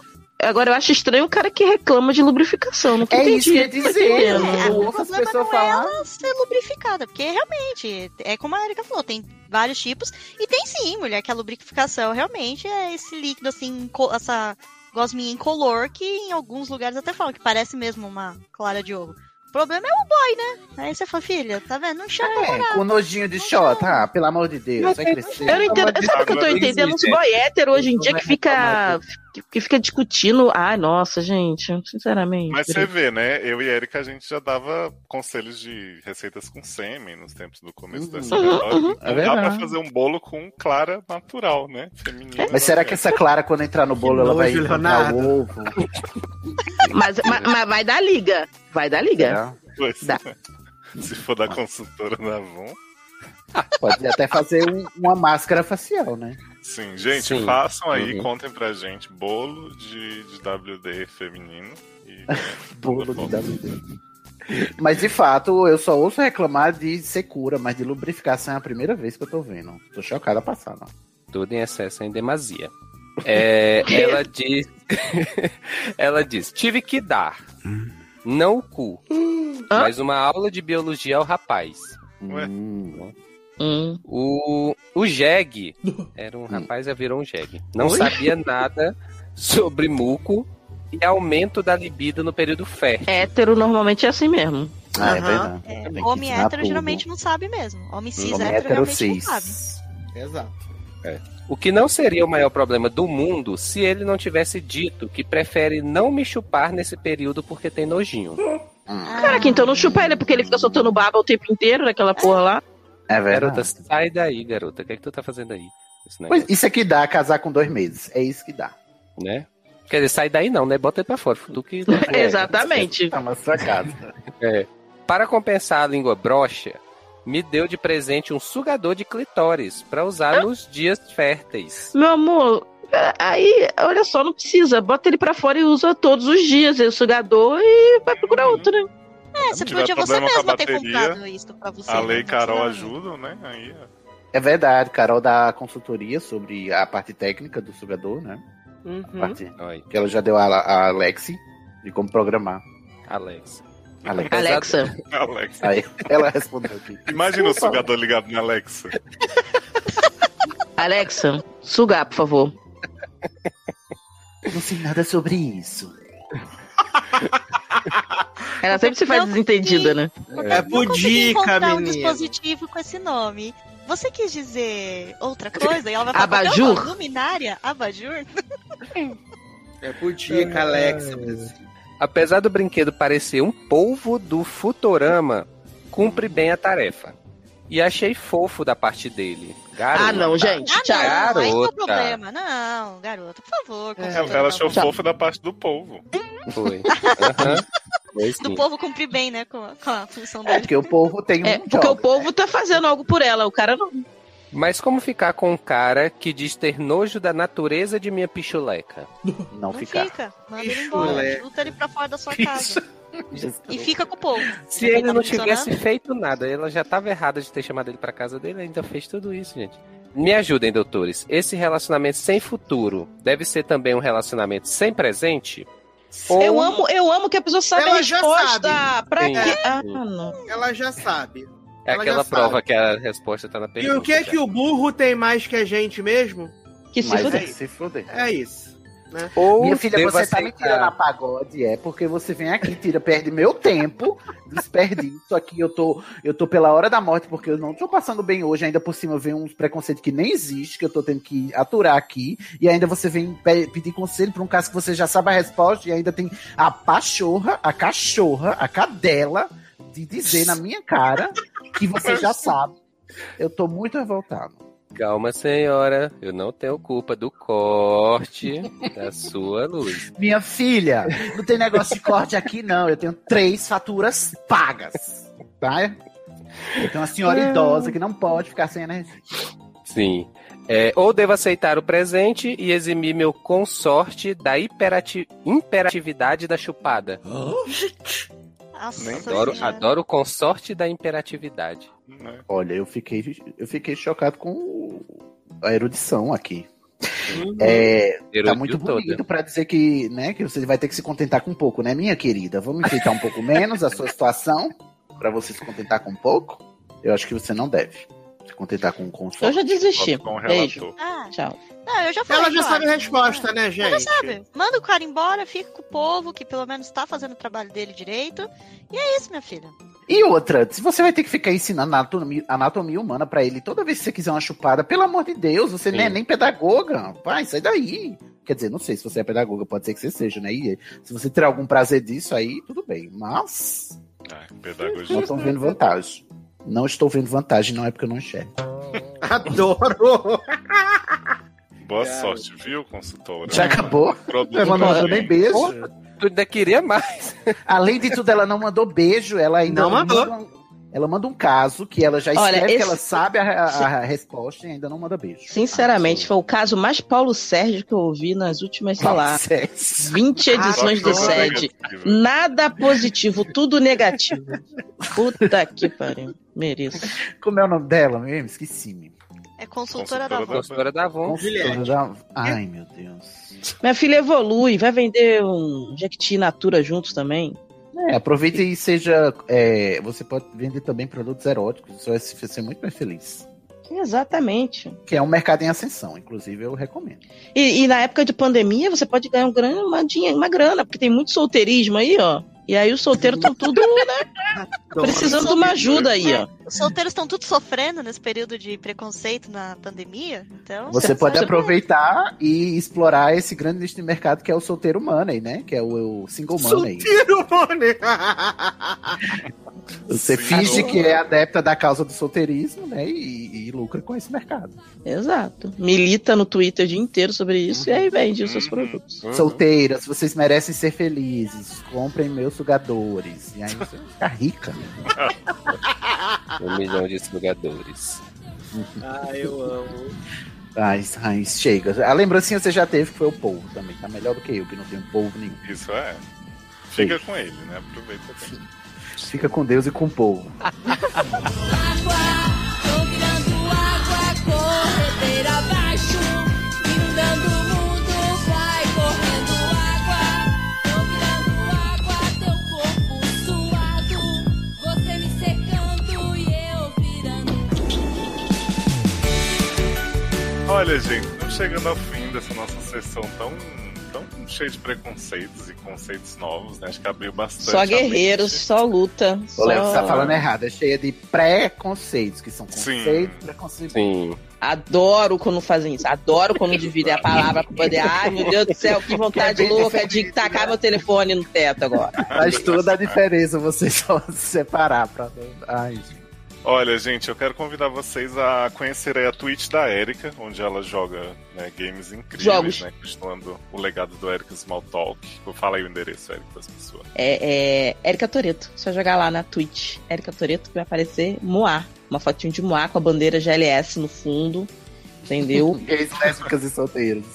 S1: Agora eu acho estranho o cara que reclama de lubrificação. né? Não
S2: É isso
S1: entendi,
S2: que eu ia
S1: não
S2: dizer.
S1: entendendo.
S2: Eu ouço as
S5: problema
S2: pessoas
S5: não é
S2: falar.
S5: ela ser lubrificada, porque realmente, é como a Erika falou, tem vários tipos, e tem sim, mulher, que a lubrificação realmente é esse líquido, assim, inco- essa gosminha incolor, que em alguns lugares até falam que parece mesmo uma clara de ovo. O problema é o boy, né? Aí você fala, filha, tá vendo? Não chama o
S2: É, com nojinho de xota, ah, pelo amor de Deus,
S1: Mas
S2: vai
S1: eu-
S2: crescer.
S1: Eu não entendo. Sabe o que eu tô entendendo? Os boy hétero hoje em dia
S3: é
S1: que fica. que- que fica discutindo. Ai, nossa, gente, sinceramente.
S3: Mas você vê, né? Eu e Érica, a gente já dava conselhos de receitas com sêmen nos tempos do começo
S2: Uhum.
S3: dessa história.
S1: Uhum, uhum.
S3: Então
S2: É
S3: dá pra
S2: verdade.
S3: fazer um bolo com clara natural, né? Feminina. É,
S2: Mas será que essa clara, quando entrar no bolo, ela vai
S7: nojo,
S2: encontrar
S7: Leonardo.
S2: o ovo?
S1: Mas, mas- mas vai dar
S2: Né?
S1: liga. Vai dar liga.
S3: <laughs>
S2: Será?
S3: Pois, Se for da consultora da Avon.
S2: Pode até fazer um- uma máscara facial, né?
S3: Sim, gente,
S2: Sim.
S3: façam aí,
S2: Uhum.
S3: contem pra gente. Bolo de, de WD feminino.
S2: <laughs>
S3: E,
S2: Bolo de WD. Mas de fato, eu só ouço reclamar de secura, mas de lubrificação é a primeira vez que eu tô vendo. Tô chocada passada.
S4: Tudo em excesso é em demasia. É, ela diz. <laughs> ela diz: tive que dar. Não o cu. mas uma aula de biologia ao rapaz.
S3: Ué?
S2: Hum,
S3: É.
S1: Hum.
S4: O, o Jeg era um rapaz e virou um Jeg. Não
S11: Oi?
S4: sabia nada sobre muco e aumento da libido no período fértil.
S1: Hétero normalmente é assim mesmo.
S4: Ah, é
S1: Aham.
S4: verdade.
S5: É,
S4: Também
S5: homem
S4: que ensinar
S5: hétero
S4: tudo.
S5: geralmente não sabe mesmo. Homem cis
S4: Homem
S5: hétero,
S4: hétero
S5: realmente
S4: cis.
S5: não sabe.
S2: Exato.
S4: O que não seria o maior problema do mundo se ele não tivesse dito que prefere não me chupar nesse período porque tem nojinho.
S2: Hum,
S5: Ah.
S1: Caraca, então não chupa ele porque ele fica soltando baba o tempo inteiro naquela porra lá.
S2: É
S4: Garota,
S2: verdade.
S4: sai daí, garota. O que é que tu tá fazendo aí? Esse
S2: Pois,
S4: negócio,
S2: isso é que dá casar com dois meses. É isso que dá.
S4: né? Quer dizer, sai daí não, né? Bota ele pra fora. Tu que...
S1: É, Exatamente.
S2: Tá uma sacada.
S4: É. Para compensar a língua broxa, me deu de presente um sugador de clitóris pra usar nos dias férteis.
S1: Meu amor, é, aí, olha só, não precisa. Bota ele pra fora e usa todos os dias o sugador e vai procurar outro, né?
S5: É, você
S3: Se tiver
S5: podia você
S3: problema com a
S5: mesma ter
S3: bateria,
S5: comprado isso pra você.
S3: a lei
S5: né?
S3: Carol ajudam, né? Aí, ó.
S2: É verdade, Carol dá consultoria sobre a parte técnica do sugador, né? A parte que ela já deu a, a Alexi de como programar.
S4: Alex.
S2: Alex.
S1: Alexa.
S3: Alexa.
S2: Aí, ela respondeu aqui.
S3: Imagina o
S2: Opa.
S3: sugador ligado na Alexa.
S1: Alexa, sugar, por favor.
S2: Não sei nada sobre isso.
S1: Ela sempre se faz
S5: Não
S1: desentendida, né?
S7: É
S5: Não consegui
S7: pudica,
S5: um encontrar um
S7: menina.
S5: dispositivo com esse nome. Você quis dizer outra coisa? E ela vai "Qual
S7: Abajur?
S5: que é o nome? Luminária? Abajur? Ah,
S7: É pudica, Alexa.
S4: Apesar do brinquedo parecer um polvo do Futurama, cumpre bem a tarefa. E achei fofo da parte dele. Garota.
S1: Ah, não, gente.
S5: Ah,
S1: Tchau.
S5: não, aí não é o
S4: Garota.
S5: problema. Não, garota, por favor.
S3: É, Ela,
S2: É,
S5: consultora,
S3: ela
S5: não.
S3: achou
S5: Tchau.
S3: fofo da parte do povo.
S4: Foi.
S1: <laughs>
S4: Aham. Foi
S5: Do
S4: sim.
S5: povo cumprir bem, né, com a, com a função
S2: É,
S5: dele.
S2: porque o povo tem um
S1: É, porque o povo tá fazendo algo por ela, o cara não.
S4: Mas como ficar com um cara que diz ter nojo da natureza de minha pichuleca?
S2: Não,
S5: Fica, manda ele embora,
S4: chulé.
S5: chuta ele pra fora da sua casa. E fica com o povo.
S4: Se
S5: Já que
S4: ele
S5: tá
S4: não
S5: funcionando.
S1: né?
S4: tivesse feito nada, ela já tava errada de ter chamado ele pra casa dele, ainda fez tudo isso, gente. Me ajudem, doutores. Esse relacionamento sem futuro deve ser também um relacionamento sem presente?
S1: Eu amo, eu amo que a pessoa sabe
S7: Ela
S1: a
S7: já
S1: resposta.
S7: sabe.
S1: Pra
S4: Sim,
S1: quê?
S4: sim.
S1: Ah, não.
S7: Ela já sabe.
S4: É
S7: Ela
S4: aquela
S7: já
S4: prova
S7: sabe.
S4: que a resposta tá na
S7: E
S4: pergunta.
S7: o que é que o burro tem mais que a gente mesmo?
S1: Que
S2: Mas é se fuder.
S7: É isso. Né?
S4: Ou
S2: Minha filha,
S4: devo
S2: você tá me
S4: aceitar.
S2: tirando a pagode, é porque você vem aqui, tira, perde meu tempo, desperdício aqui. Eu tô, eu tô pela hora da morte, porque eu não tô passando bem hoje, ainda por cima vem uns preconceitos que nem existe, que eu tô tendo que aturar aqui, e ainda você vem pe- pedir conselho pra um caso que você já sabe a resposta, e ainda tem a pachorra, a cachorra, a cadela, de dizer na minha cara que você já sabe. Eu tô muito revoltado.
S4: Calma, senhora. Eu não tenho culpa do corte da sua luz.
S2: Minha filha, não tem negócio de corte aqui, não. Eu tenho três faturas pagas. Tá? Eu tenho uma senhora idosa que não pode ficar sem energia.
S4: Sim. É, ou devo aceitar o presente e eximir meu consorte da hiperati- imperatividade da chupada.
S5: Nossa,
S4: Nem
S5: essa
S7: é.
S4: adoro,
S5: senhora.
S4: adoro o consorte da imperatividade.
S3: né?
S2: Olha, eu fiquei, eu fiquei chocado com o- a erudição aqui.
S7: Uhum.
S2: É, tá
S4: Erudiu
S2: muito
S4: toda.
S2: bonito pra dizer que, né, que você vai ter que se contentar com pouco, né, minha querida? Vamos enfeitar um pouco menos a sua situação pra você se contentar com pouco? Eu acho que você não deve se contentar com o consórcio.
S1: Eu já desisti.
S3: Com o
S1: Beijo.
S3: relator.
S5: Ah,
S1: Tchau.
S5: não, eu já falei.
S7: Ela já
S5: claro.
S7: sabe a resposta, né,
S5: Ela
S7: gente?
S5: sabe. Manda o cara embora, fica com o povo, que pelo menos tá fazendo o trabalho dele direito. E é isso, minha filha.
S2: E outra, se você vai ter que ficar ensinando anatomia, anatomia humana pra ele toda vez que você quiser uma chupada, pelo amor de Deus, você não é
S4: Sim.
S2: nem pedagoga. Pai, sai daí. Quer dizer, não sei se você é pedagoga, pode ser que você seja, né? E se você tiver algum prazer disso aí, tudo bem. Mas
S3: Ai,
S2: não
S3: pedagogia.
S2: estou vendo vantagem. Não estou vendo vantagem, não é porque eu não enxergo.
S7: Adoro!
S3: Boa sorte, viu, consultora?
S2: Já acabou? Então,
S3: Produto tá
S2: Ela não
S3: pra
S2: mandou nem
S3: gente.
S2: beijo.
S4: Porra, tu ainda queria mais.
S7: <laughs>
S2: Além de tudo, ela não mandou beijo, ela ainda
S7: Não mandou.
S2: manda um- Ela manda um caso que ela já escreve,
S1: Olha,
S2: que
S1: esse-
S2: ela sabe a, a- a resposta e ainda não manda beijo.
S1: Sinceramente, foi o caso mais Paulo Sérgio que eu ouvi nas últimas, sei lá,
S2: é
S1: 20 edições
S3: é
S1: do
S2: Caraca,
S1: SED.
S2: negativo.
S1: Nada positivo, tudo negativo. Puta que pariu. Mereço.
S2: Como é o nome dela mesmo? Esqueci-me.
S5: É consultora da Avon.
S4: Consultora da Avon.
S2: Consultora da- Ai, meu Deus.
S1: Minha filha evolui, vai vender um Jequiti Natura juntos também.
S2: É, aproveita e seja. é, você pode vender também produtos eróticos, isso vai se- ser muito mais feliz.
S1: Exatamente.
S2: Que é um mercado em ascensão, inclusive eu recomendo.
S1: E, e na época de pandemia, você pode ganhar um grana, uma, dinhe- uma grana, porque tem muito solteirismo aí, ó. E aí os solteiros estão tudo, né? Precisando de uma ajuda aí, ó.
S5: Os solteiros estão tudo sofrendo nesse período de preconceito na pandemia, então...
S2: Você pode
S5: Você-
S2: aproveitar e explorar esse grande nicho de mercado que é o solteiro money, né? Que é o, o single money.
S7: Solteiro money.
S2: Você finge que é adepta da causa do solteirismo, né? E, e lucra com esse mercado.
S1: Exato. Milita no Twitter o dia inteiro sobre isso e aí vende
S3: Uhum. Hum,
S1: os seus produtos.
S2: Uhum. Solteiras, vocês merecem ser felizes. Comprem meus sugadores. E aí você fica rica.
S4: Um milhão de sugadores.
S7: <laughs> Ah, eu amo.
S2: Ai, ai, chega. A lembrancinha você já teve, que foi o povo também. Tá melhor do que eu, que não tenho povo nenhum.
S3: Isso é. Fica com ele, né? Aproveita bem.
S2: Fica com Deus e com o povo.
S9: Tô virando água corredeira abaixo, inundando o mundo, vai correndo água. Tô virando água, teu corpo suado, você me secando e eu virando.
S3: Olha, gente, estamos chegando ao fim dessa nossa sessão tão, tão cheia de preconceitos e conceitos novos, né? Acho que abriu bastante.
S1: Só
S3: a mente.
S1: guerreiros,
S3: <laughs>
S1: só luta.
S2: Ô, Léo, você
S1: só...
S2: tá falando errado. É cheia de preconceitos, que são conceitos, preconceitos.
S4: Sim.
S1: Adoro quando fazem isso. Adoro quando dividem a palavra pra poder. Ai, meu Deus do céu, que vontade
S2: Quer ver
S1: louca de tacar meu telefone no teto agora.
S2: Faz toda a tá diferença você <laughs> só se separar pra. Ai, gente.
S3: Olha, gente, eu quero convidar vocês a conhecerem a Twitch da Erika, onde ela joga né, games incríveis,
S1: Jogos.
S3: né? Continuando o legado do Erika Smalltalk. Fala aí o endereço, Erika, das pessoas.
S1: É, é Erika Toreto. Só jogar lá na Twitch. Erika Toreto que vai aparecer Moá. Uma fotinho de Moá com a bandeira GLS no fundo.
S2: <laughs>
S1: Entendeu?
S2: Gays, lésbicas e solteiros.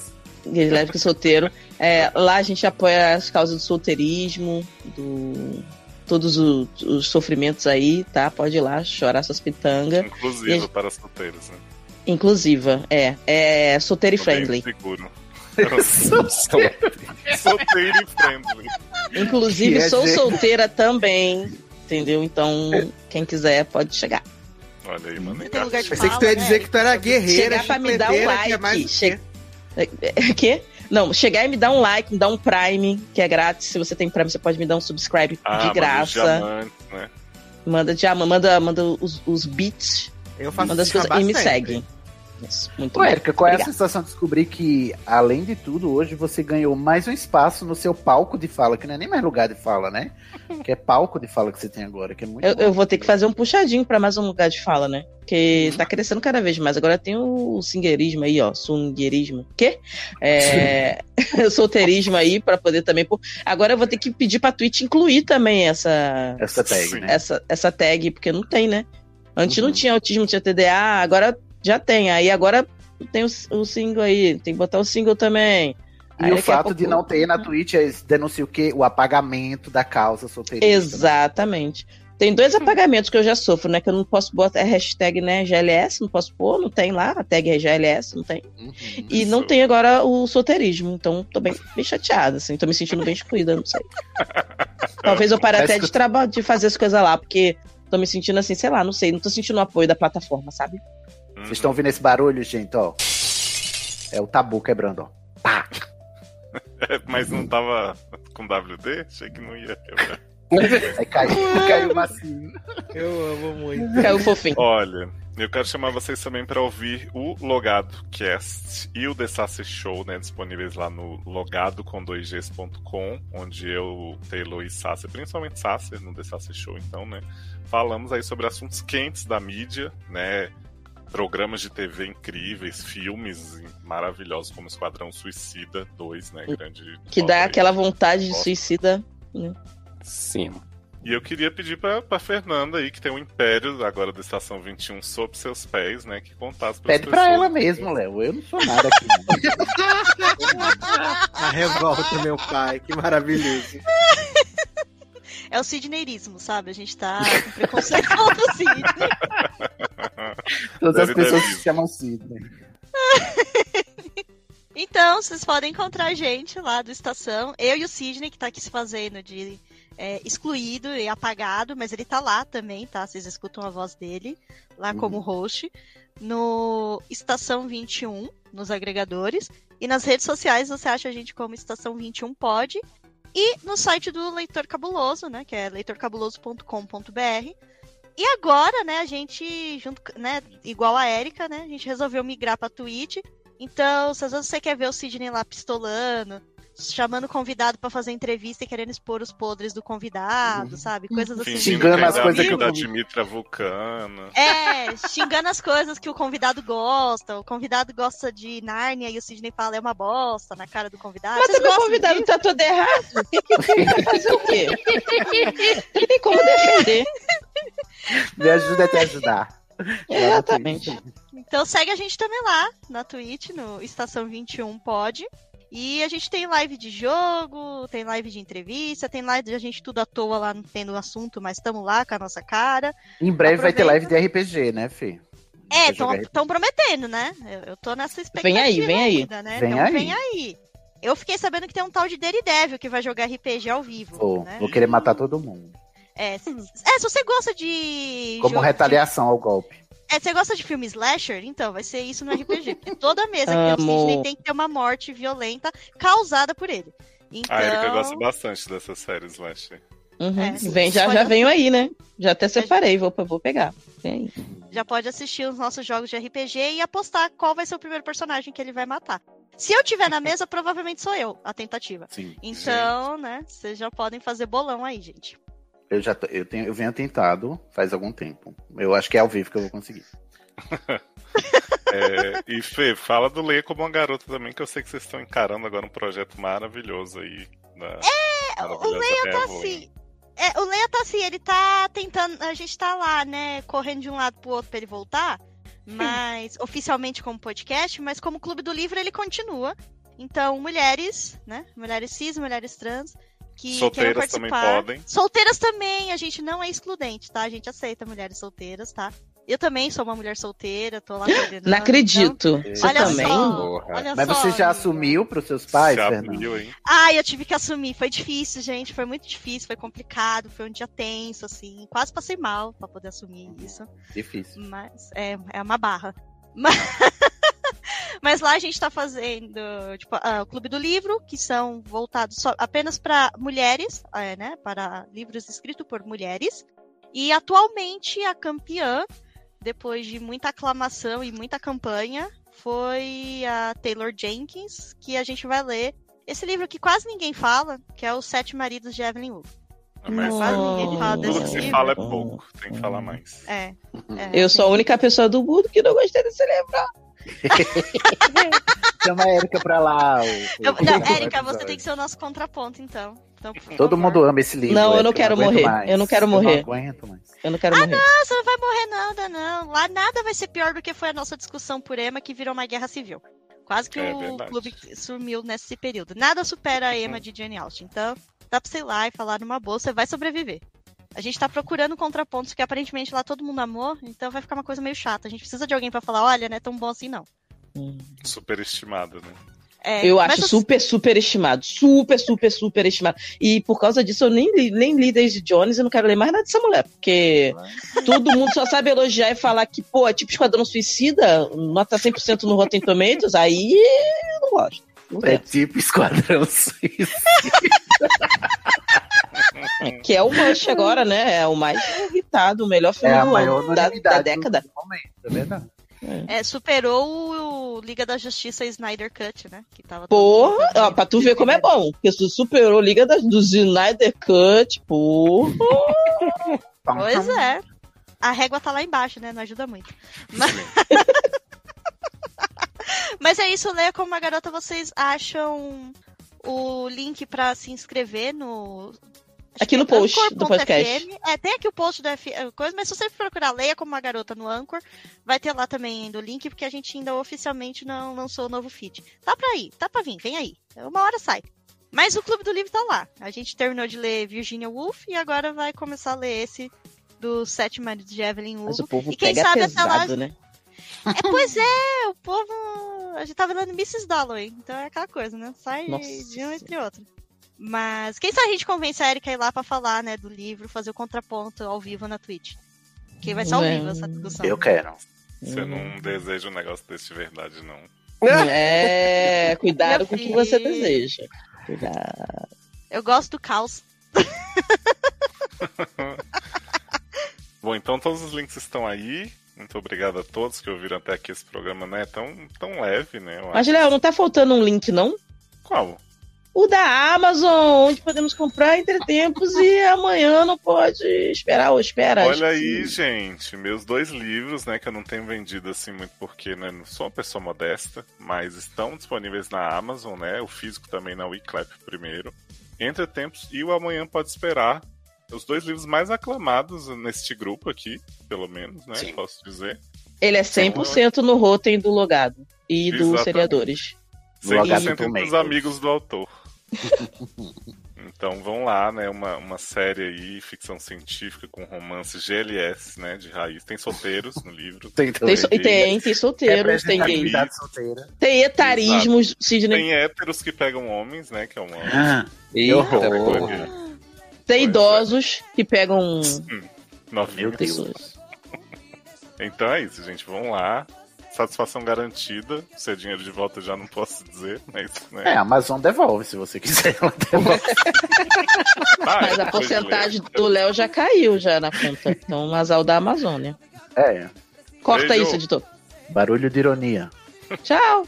S1: Gays, lésbicas e solteiro. É, lá a gente apoia as causas do solteirismo, do todos o- os, sofrimentos aí, tá? Pode ir lá chorar suas pitangas.
S3: Inclusive para solteiros, né?
S1: Inclusiva, é. É solteiro e
S3: Tô bem
S1: friendly.
S3: Seguro. <laughs>
S2: Solteiro.
S3: solteiro e friendly.
S1: Inclusive,
S3: Que é
S1: sou
S3: de-
S1: solteira também. Entendeu? Então, quem quiser pode chegar. <laughs>
S3: Olha aí, mano.
S5: Tem lugar de
S7: Pensei que
S5: fala,
S7: tu
S5: né?
S7: ia dizer que tu era guerreira,
S1: Chegar pra me dar um
S7: chicleteira,
S1: like.
S7: que é mais o
S1: che- É, Quê? Não, chegar e me dar um like, me dar um Prime, que é grátis. Se você tem Prime, você pode me dar um subscribe
S3: Ah,
S1: de graça.
S3: Mano, diamante, né?
S1: Manda diamante, manda, manda os, os beats.
S7: Eu faço
S1: manda as
S7: isso
S1: coisas
S7: pra
S1: e me
S7: sempre.
S1: segue. Isso, muito
S2: Ô,
S1: bem.
S2: Érica, qual é a
S1: Obrigada.
S2: sensação de descobrir que, além de tudo, hoje você ganhou mais um espaço no seu palco de fala, que não é nem mais lugar de fala, né? Que é palco de fala que você tem agora, que é muito.
S1: Eu,
S2: bom.
S1: eu vou ter que fazer um puxadinho pra mais um lugar de fala, né? Porque tá crescendo cada vez mais. Agora tem o singerismo aí, ó. Sungueirismo. Quê? É, <laughs> solteirismo aí, pra poder também. pô. Agora eu vou ter que pedir pra Twitch incluir também essa.
S2: Essa tag, né?
S1: Essa, essa tag, porque não tem, né? Antes não tinha autismo, tinha TDA, agora já tem. Aí agora tem o, o single aí, tem que botar o single também.
S2: E
S1: Aí
S2: o
S1: daqui a
S2: fato
S1: pouco-
S2: de não ter na Twitch é, denuncia o quê? O apagamento da causa solteirista. né?
S1: Exatamente. Tem dois
S2: Hum.
S1: apagamentos que eu já sofro, né? Que eu não posso botar é hashtag, né? GLS, não posso pôr, não tem lá. A tag é GLS, não tem. e não tem agora o solteirismo. Então, tô bem, bem chateada, assim. Tô me sentindo bem excluída, não
S2: <laughs>
S1: sei. Talvez eu pare
S2: Parece
S1: até
S2: que
S1: de, traba- de fazer as coisas lá, porque tô me sentindo assim, sei lá, não sei. Não tô sentindo o apoio da plataforma, sabe?
S2: Vocês estão ouvindo esse barulho, gente, ó? É o tabu quebrando, ó.
S3: Mas não tava com WD? Achei que não ia quebrar.
S2: Aí <laughs> caiu, caiu macio.
S7: Eu amo muito.
S1: Caiu fofinho.
S3: Olha, eu quero chamar vocês também para ouvir o Logado Cast e o The Sassy Show, né, disponíveis lá no logado com 2gs.com, onde eu, Taylor e Sassi, principalmente Sassi, no The Sassy Show, então, né, falamos aí sobre assuntos quentes da mídia, né, programas de TV incríveis, filmes maravilhosos como Esquadrão Suicida 2, né, grande
S1: Que dá aquela vontade de suicida. né?
S4: Sim.
S3: E eu queria pedir pra, pra Fernanda aí, que tem um império agora da Estação 21 sob seus pés, né? Que contasse pras
S2: Pede pra ela mesmo, Léo. Eu não sou nada aqui. né?
S7: A revolta, meu pai, que maravilhoso.
S5: É o sidneirismo, sabe? A gente tá com preconceito <laughs> contra o Sidney.
S2: Todas as
S9: Deve ter
S2: pessoas
S9: visto.
S2: se chamam Sidney.
S5: Então, vocês podem encontrar a gente lá do Estação. Eu e o Sidney, que tá aqui se fazendo de é, excluído e apagado, mas ele tá lá também, tá? Vocês escutam a voz dele, lá
S11: Uhum.
S5: como host, no Estação 21, nos agregadores. E nas redes sociais você acha a gente como Estação 21 Pod. E no site do Leitor Cabuloso, né? Que é leitorcabuloso.com.br. E agora, né, a gente, junto, c- né, igual a Érica, né, a gente resolveu migrar pra Twitch. Então, se às vezes você quer ver o Sidney lá pistolando, chamando o convidado pra fazer entrevista e querendo expor os podres do convidado,
S1: Uhum.
S5: sabe? Coisas assim.
S2: Tá
S3: Fingindo as coisas que da
S2: eu vi.
S3: Dimitra Vulcana.
S5: É, xingando as coisas que o convidado gosta. O convidado gosta de Nárnia e o Sidney fala é uma bosta na cara do convidado.
S1: Mas
S5: Vocês
S1: também o
S5: gostam
S1: convidado tá todo errado. Tem <laughs> que vai fazer o quê? Não tem como defender.
S2: Me ajuda a te ajudar.
S1: Exatamente.
S5: Então segue a gente também lá na Twitch, no Estação 21 Pod. E a gente tem live de jogo, tem live de entrevista, tem live de a gente tudo à toa lá, não tendo um assunto, mas estamos lá com a nossa cara.
S2: Em breve vai ter
S5: Aproveita.
S2: live de RPG, né, Fê?
S5: É,
S2: Pra jogar
S5: estão prometendo, né? Eu, eu tô nessa
S2: Vem
S5: expectativa
S2: aí, vem aí.
S5: ainda, né?
S2: Vem
S5: então
S2: aí.
S5: vem aí. Eu fiquei sabendo que tem um tal de Daredevil que vai jogar RPG ao vivo,
S2: Vou,
S5: né?
S2: vou querer matar todo mundo.
S5: É, se, é, se você gosta de...
S2: Como
S5: jogo de-
S2: retaliação ao golpe.
S5: É, você gosta de filme slasher? Então, vai ser isso no RPG. Porque É toda mesa que o Sidney
S3: Amo.
S5: tem que ter uma morte violenta causada por ele. Então,
S3: A Ah, Erika gosta bastante dessa série Slash.
S1: Uhum.
S5: É,
S1: Vem, já, já venho aí, né? Já até separei, vou, vou pegar. Vem aí.
S5: já pode assistir os nossos jogos de RPG e apostar qual vai ser o primeiro personagem que ele vai matar. Se eu tiver na mesa, <laughs> provavelmente sou eu, a tentativa.
S2: Sim.
S5: Então, né, vocês já podem fazer bolão aí, gente.
S2: Eu já tô- eu, tenho, eu venho tentado faz algum tempo. Eu acho que é ao vivo que eu vou conseguir.
S3: É, e Fê, fala do Leia como uma garota também, que eu sei que vocês estão encarando agora um projeto maravilhoso aí. Da, é,
S5: O Leia tá assim. É, o Leia tá assim, ele tá tentando. A gente tá lá, né? Correndo de um lado pro outro pra ele voltar. Mas, oficialmente como podcast, mas como Clube do Livro ele continua. Então, mulheres, né? Mulheres cis, mulheres trans. Que
S3: Solteiras
S5: queiram participar.
S3: também podem.
S5: Solteiras também, a gente não é excludente, tá? A gente aceita mulheres solteiras, tá? Eu também sou uma mulher solteira, tô lá perdendo.
S1: Não acredito.
S5: Então,
S1: Você
S5: olha
S1: também?
S5: Só, olha
S2: Mas
S5: só,
S2: você já assumiu pros seus pais,
S3: Já
S2: Fernando?
S5: Ai, eu tive que assumir. Foi difícil, gente. Foi muito difícil, foi complicado. Foi um dia tenso, assim. Quase passei mal pra poder assumir isso.
S2: Difícil.
S5: Mas é, é uma barra. Mas... <laughs> Mas lá a gente tá fazendo tipo, ah, o Clube do Livro, que são voltados só, apenas para mulheres, é, né? Para livros escritos por mulheres. E atualmente a campeã, depois de muita aclamação e muita campanha, foi a Taylor Jenkins, que a gente vai ler esse livro que quase ninguém fala, que é Os Sete Maridos de Evelyn Wood.
S3: Mas
S5: Quase ninguém fala
S3: é tudo que
S5: desse
S3: se
S5: livro.
S3: fala é pouco, tem que falar mais.
S5: É, é.
S1: Eu sou a única pessoa do mundo que não gostei desse livro.
S2: Chama a Erika pra lá. ô-
S5: Eu- não, Érica, você tem que ser o nosso contraponto, então. Então, por
S2: Todo
S5: favor.
S2: mundo ama esse livro. é
S1: Não, eu
S2: Érica,
S1: não quero
S2: aguento
S1: morrer.
S2: mais.
S1: Eu não quero
S2: Eu
S1: morrer.
S2: não aguento mais.
S1: Eu não quero
S5: Ah,
S1: morrer.
S5: não, você não vai morrer nada, não. Lá nada vai ser pior do que foi a nossa discussão por Ema, que virou uma guerra civil. Quase que
S11: É
S5: o
S11: verdade. Uhum.
S5: clube sumiu nesse período. Nada supera a Ema de Jane Austen. Então, dá pra você ir lá e falar numa boa, você vai sobreviver. A gente tá procurando contrapontos que aparentemente lá todo mundo amou, então vai ficar uma coisa meio chata. A gente precisa de alguém pra falar, olha, não é tão bom assim, não.
S3: Superestimada, né?
S5: É,
S1: Eu
S5: mas
S1: acho
S5: assim-
S1: super, super estimado. Super, super, super estimado. E por causa disso, eu nem li, nem li Daisy Jones e não quero ler mais nada dessa mulher. Porque todo mundo só sabe elogiar e falar que, pô, é tipo Esquadrão Suicida, nota 100% no Rotten Tomatoes, aí eu não gosto. Não
S2: É
S1: quero.
S2: tipo Esquadrão Suicida.
S1: Que é o
S5: <laughs>
S1: Rush agora, né? É o mais irritado, o melhor filme
S2: É a
S1: do
S2: maior
S1: ano, da, da
S2: unanimidade
S1: década.
S2: É verdade.
S5: É, superou o Liga da Justiça e Snyder Cut, né? Que tava
S1: Porra, ó, pra tu ver como é bom. Porque su- superou a Liga das, do Snyder Cut, porra.
S5: Pois é. A régua tá lá embaixo, né? Não ajuda muito. Mas, <laughs> Mas é isso, Leia como uma garota, vocês acham o link pra se inscrever no
S1: Aqui no post do
S5: Anchor.fm.
S1: podcast.
S5: É, tem aqui o post da F... é, coisa, mas se você procurar Leia como uma garota no Anchor, vai ter lá também do link, porque a gente ainda oficialmente não lançou o novo feed. Tá pra ir, tá pra vir, vem aí. Uma hora sai. Mas o Clube do Livro tá lá. A gente terminou de ler Virginia Woolf e agora vai começar a ler esse do Sete Maridos de Evelyn Hugo.
S1: Mas o povo
S5: e quem
S1: pega
S5: sabe até lá...
S1: pesado, né?
S5: É, pois é, o povo. A gente tava lendo Mrs. Dalloway, então é aquela coisa, né? Sai
S1: Nossa
S5: de um entre outro. Mas quem sabe a gente convence a Erika a ir lá pra falar, né, do livro, fazer o contraponto ao vivo na Twitch. Que vai ser ao
S3: É.
S5: vivo essa discussão.
S3: Você
S1: Uhum.
S3: não deseja um negócio desse de verdade, não.
S1: Hum. É, cuidado com o que você
S5: Meu filho.
S1: deseja. Cuidado.
S5: Eu gosto do caos.
S3: Bom, então todos os links estão aí. Muito obrigado a todos que ouviram até aqui esse programa, né? Tão, tão leve, né? Eu
S1: Mas,
S3: acho.
S1: Léo, não tá faltando um link, não?
S3: Qual?
S1: O da Amazon, onde podemos comprar entre tempos e amanhã não pode esperar ou espera. acho
S3: Olha
S1: que
S3: aí,
S1: sim.
S3: gente, meus dois livros, né, que eu não tenho vendido assim muito porque, né, não sou uma pessoa modesta, mas estão disponíveis na Amazon, né, o físico também na Wiclap primeiro, Entre Tempos e o Amanhã Pode Esperar, os dois livros mais aclamados neste grupo aqui, pelo menos, né, posso dizer.
S1: Ele é 100% no Rotem do Logado e
S3: Exatamente.
S1: dos seriadores.
S2: Logado
S3: 100%
S2: Tomatoes.
S3: dos amigos do autor. <laughs> então vão lá, né? Uma, uma série aí, ficção científica com romance GLS, né? De raiz. Tem solteiros
S1: <laughs>
S3: no livro.
S2: Tem,
S1: Tem, so- e tem, tem solteiros, tem gays.
S3: Representatividade
S2: solteira.
S1: Tem etarismos,
S3: Exato.
S1: Sidney.
S3: Tem héteros que pegam homens, né? Que é uma. <laughs>
S1: Ah,
S3: Que horror, né?
S1: Tem idosos que
S3: <laughs>
S1: pegam. um,
S3: Novinhos. Então é isso, gente. Vão lá. Satisfação garantida. Se é dinheiro de volta, eu já não posso dizer, mas. Né?
S1: <laughs>
S2: É, a Amazon devolve, se você quiser. Ela devolve.
S1: Mas
S3: é.
S1: a porcentagem do Léo já caiu já na conta. Então, azar o da Amazônia.
S2: É.
S1: Corta
S2: Beijo.
S1: isso, editor.
S2: Barulho de ironia.
S1: Tchau.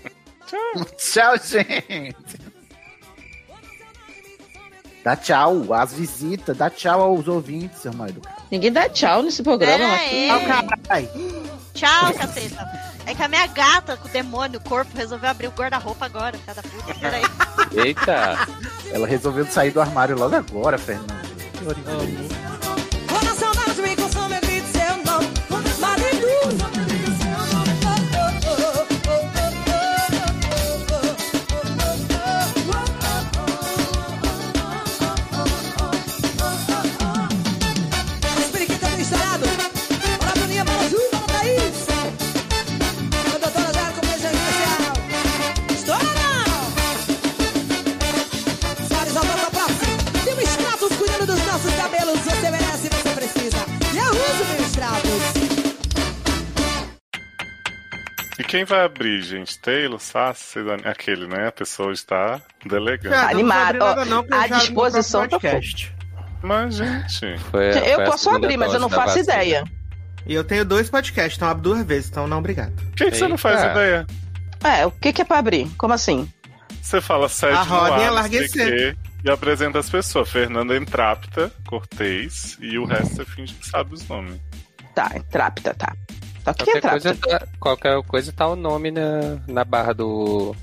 S2: <laughs> Tchau, gente. Dá tchau às visitas, dá tchau aos ouvintes, seu marido.
S1: Ninguém dá tchau nesse programa.
S5: Pera
S1: mas-
S5: aí. Tchau, caceta. É que a minha gata com o demônio, o corpo, resolveu abrir o guarda-roupa agora, filha da puta. Peraí.
S2: Eita! Ela resolveu sair do armário logo agora, Fernando.
S9: Quando a saudade me consome, eu grito seu nome. Marido. As periquitas do estado. Bora, Bruninha, bora, Ju, bora, Thaís. Bora, doutora Zara, com beijo especial. Estoura não! Soares, a nossa próxima. Tem um Stratos cuidando dos nossos cabelos. Você merece, você precisa. E arruja, meu Stratos.
S3: E quem vai abrir, gente? Taylor, Sassi, Dan- aquele, né? A pessoa está delegando.
S1: Cara, eu não vou abrir Animado, ó, nada não, porque eu
S3: a
S1: já abri no disposição próprio tá
S3: podcast. Mas, gente.
S4: É,
S1: Eu posso abrir, mas eu não faço ideia.
S7: E eu tenho dois podcasts, então abro duas vezes, então não, obrigado. Por
S3: que, você não faz ideia?
S1: É, o que, que é pra abrir? Como assim?
S3: Você fala sede
S7: A
S3: no
S7: roda
S3: ar,
S7: ia
S3: não
S7: larguecer.
S3: sei o quê, e apresenta as pessoas. Fernanda Entrapta, Cortez, e o resto você finge que sabe os nomes.
S1: Tá, Entrapta, tá. Tá
S3: que
S4: Qualquer coisa, tá, qualquer coisa tá o nome na, na barra do,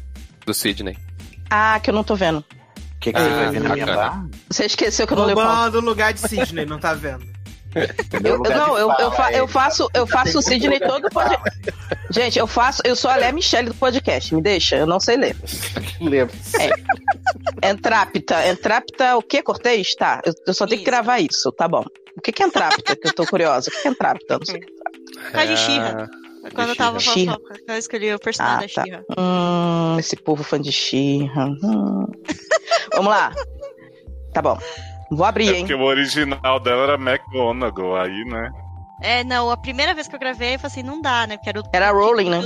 S4: do Sidney.
S1: Ah, que eu não tô vendo.
S2: é
S4: Que
S7: que você
S2: Ah,
S7: vai ver na minha
S1: barra? Você esqueceu que eu não leio pauta.
S7: Roubando o lugar de Sidney, não tá <laughs> vendo?
S1: Eu, eu- não, eu, eu,
S2: é
S1: fa- eu faço, eu faço o Sidney todo podcast. Gente, eu faço, eu sou a Léa Michele do podcast, me deixa, eu não sei ler.
S2: Lembro.
S1: É. Entrapta, entrapta o que, Cortez? Tá, eu, eu só tenho que gravar isso, tá bom. O que que é entrapta? que eu tô curiosa. O que que é entrapta? Não sei.
S5: Com a de Xirra.
S4: Ah,
S5: Quando eu tava
S1: She-Ra.
S5: falando, eu escolhi o personagem da
S1: tá.
S5: Xirra.
S1: Hum, esse povo fã de Xirra. Hum. Vamos lá. Tá bom. Vou abrir,
S3: é
S1: hein?
S3: porque o original dela era McGonagall, aí, né?
S5: É, não, a primeira vez que eu gravei, eu falei assim, não dá, né? Porque era o...
S1: Era a Rowling, né?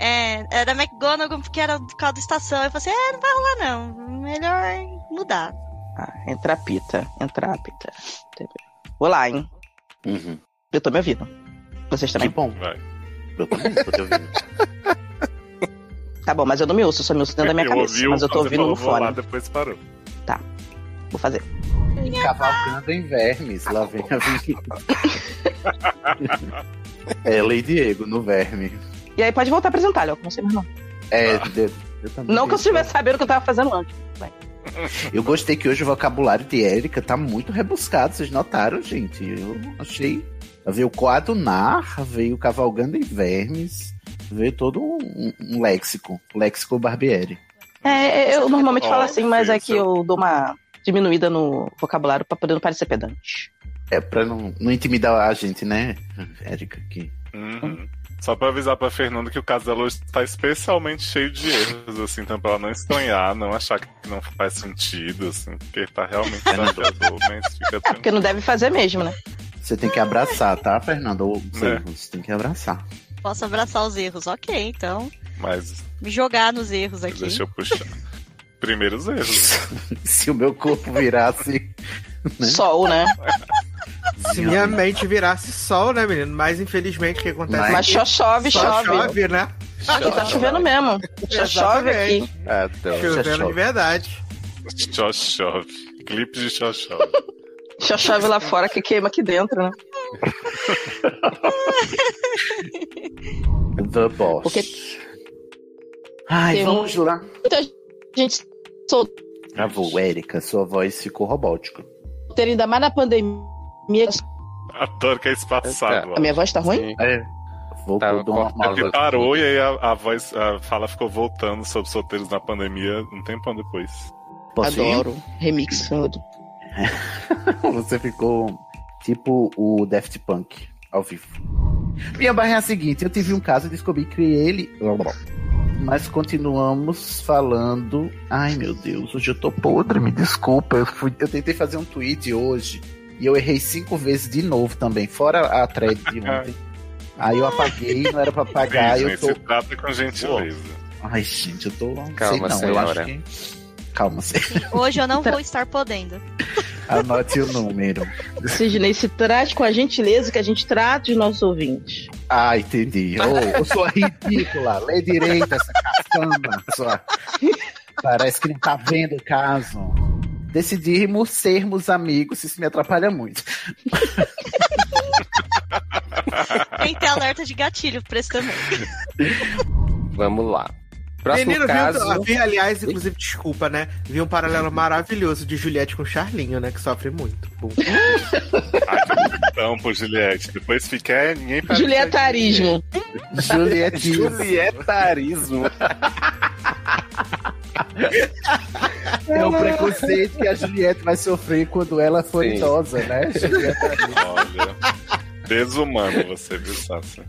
S5: É, era McGonagall, porque era por causa da estação. Eu falei assim, é, não vai rolar não. Melhor mudar.
S1: Ah, Entrapita, entrapita. Vou lá, hein? Eu tô me ouvindo. Vocês também?
S2: Que bom.
S3: Vai.
S2: Eu também tô te <laughs> ouvindo.
S1: Tá bom, mas eu não me ouço, eu só me ouço dentro da
S3: <laughs>
S1: minha cabeça.
S3: ouvi o-
S1: mas eu tô
S3: você
S1: ouvindo
S3: falou,
S1: no
S3: "Vou lá",
S1: fone.
S3: depois parou.
S1: Tá. Vou fazer.
S2: Cavalgando em vermes, lá vem a vingança. <laughs> Ela e É, Diego no verme.
S1: E aí pode voltar a apresentar, Léo, que eu não sei mais não.
S2: É, de- eu também.
S1: Não que eu estivesse sabendo o que eu tava fazendo antes. Vai.
S2: Eu gostei que hoje o vocabulário de Érica tá muito rebuscado, vocês notaram, gente? Eu achei. Veio coadunar, veio cavalgando em vermes, veio todo um, um léxico, léxico Barbieri.
S1: É, eu normalmente
S2: Ó,
S1: falo assim, mas é
S2: isso.
S1: que eu dou uma diminuída no vocabulário pra poder não parecer pedante.
S2: É, pra não, não intimidar a gente, né, Érica? Que...
S1: Hum.
S3: Uhum. Só pra avisar pra Fernanda que o caso dela hoje tá especialmente cheio de erros, assim, então pra ela não estonhar, não achar que não faz sentido, assim, porque tá realmente desafiador, mas fica
S1: É, porque não deve fazer mesmo, né?
S2: Você tem que abraçar, tá, Fernanda? Ou os
S3: É.
S2: erros, tem que abraçar. <laughs>
S5: Posso abraçar os erros. Ok, então.
S3: Mas
S5: Me jogar nos erros aqui.
S3: deixa eu puxar. Primeiros erros.
S2: Se o meu corpo virasse. Né?
S1: Sol, né?
S7: Se minha mente virasse sol, né, menino? Mas infelizmente o que acontece?
S1: Mas só chove,
S7: Só
S1: chove.
S7: chove, né?
S1: Aqui tá chovendo mesmo. Só chove aqui.
S7: então,
S3: Adoro.
S7: Chovendo de verdade.
S3: Só chove. Clipe de só chove.
S1: Só chove lá fora que queima aqui dentro, né?
S2: The Boss.
S1: Porque
S2: Ai,
S1: tem um-
S2: vamos lá.
S1: Muita gente solteira,
S2: Travou, Érica, sua voz ficou robótica.
S1: ainda mais na pandemia.
S3: Adoro que é espaçado. ó.
S1: A minha voz tá ruim?
S2: É. Vou
S4: Tava
S2: dar uma- uma-
S3: É que parou e aí a, a voz, a fala ficou voltando sobre solteiros na pandemia um tempão depois.
S2: Posso ir?
S1: Adoro. Remix. tudo.
S2: <laughs> Você ficou tipo o Daft Punk ao vivo. Minha barra é a seguinte: eu tive um caso, descobri que ele. Mas continuamos falando. Ai meu Deus, hoje eu tô podre, me desculpa. Eu, fui- eu tentei fazer um tweet hoje e eu errei cinco vezes de novo também, fora a thread de
S4: <laughs> Ah.
S2: ontem. Aí eu apaguei, não era pra apagar,
S3: Sim,
S2: Ah, eu
S3: gente,
S2: tô.
S3: Se trata é com gentileza.
S2: Ai, gente, eu tô. não sei
S4: Calma,
S2: não, eu
S4: senhora.
S2: acho que. Calma, <laughs> senhora.
S5: Hoje eu não vou estar podendo.
S2: Anote o número.
S1: Sidney, se traz com a gentileza que a gente trata os nossos ouvintes.
S2: Ah, entendi. Ô, eu sou ridícula. Lê direito essa caçamba. sua. Parece que não tá vendo o caso. Decidimos sermos amigos, isso me atrapalha muito.
S5: Tem que ter alerta de gatilho pra esse também.
S4: Vamos lá. Próximo
S7: Menino,
S4: caso.
S7: viu, vi, aliás, inclusive, desculpa, né? Vi um paralelo maravilhoso de Juliette com Charlinho, né? Que sofre muito. Bom.
S3: Então, pô, Juliette, depois fica. é, Ninguém parece
S1: Julietarismo.
S2: Julietismo.
S4: Julietarismo.
S2: É o preconceito que a Juliette vai sofrer quando ela for
S4: Sim.
S2: idosa, né? Julieta?
S3: Olha. Desumano você, viu, Sassi?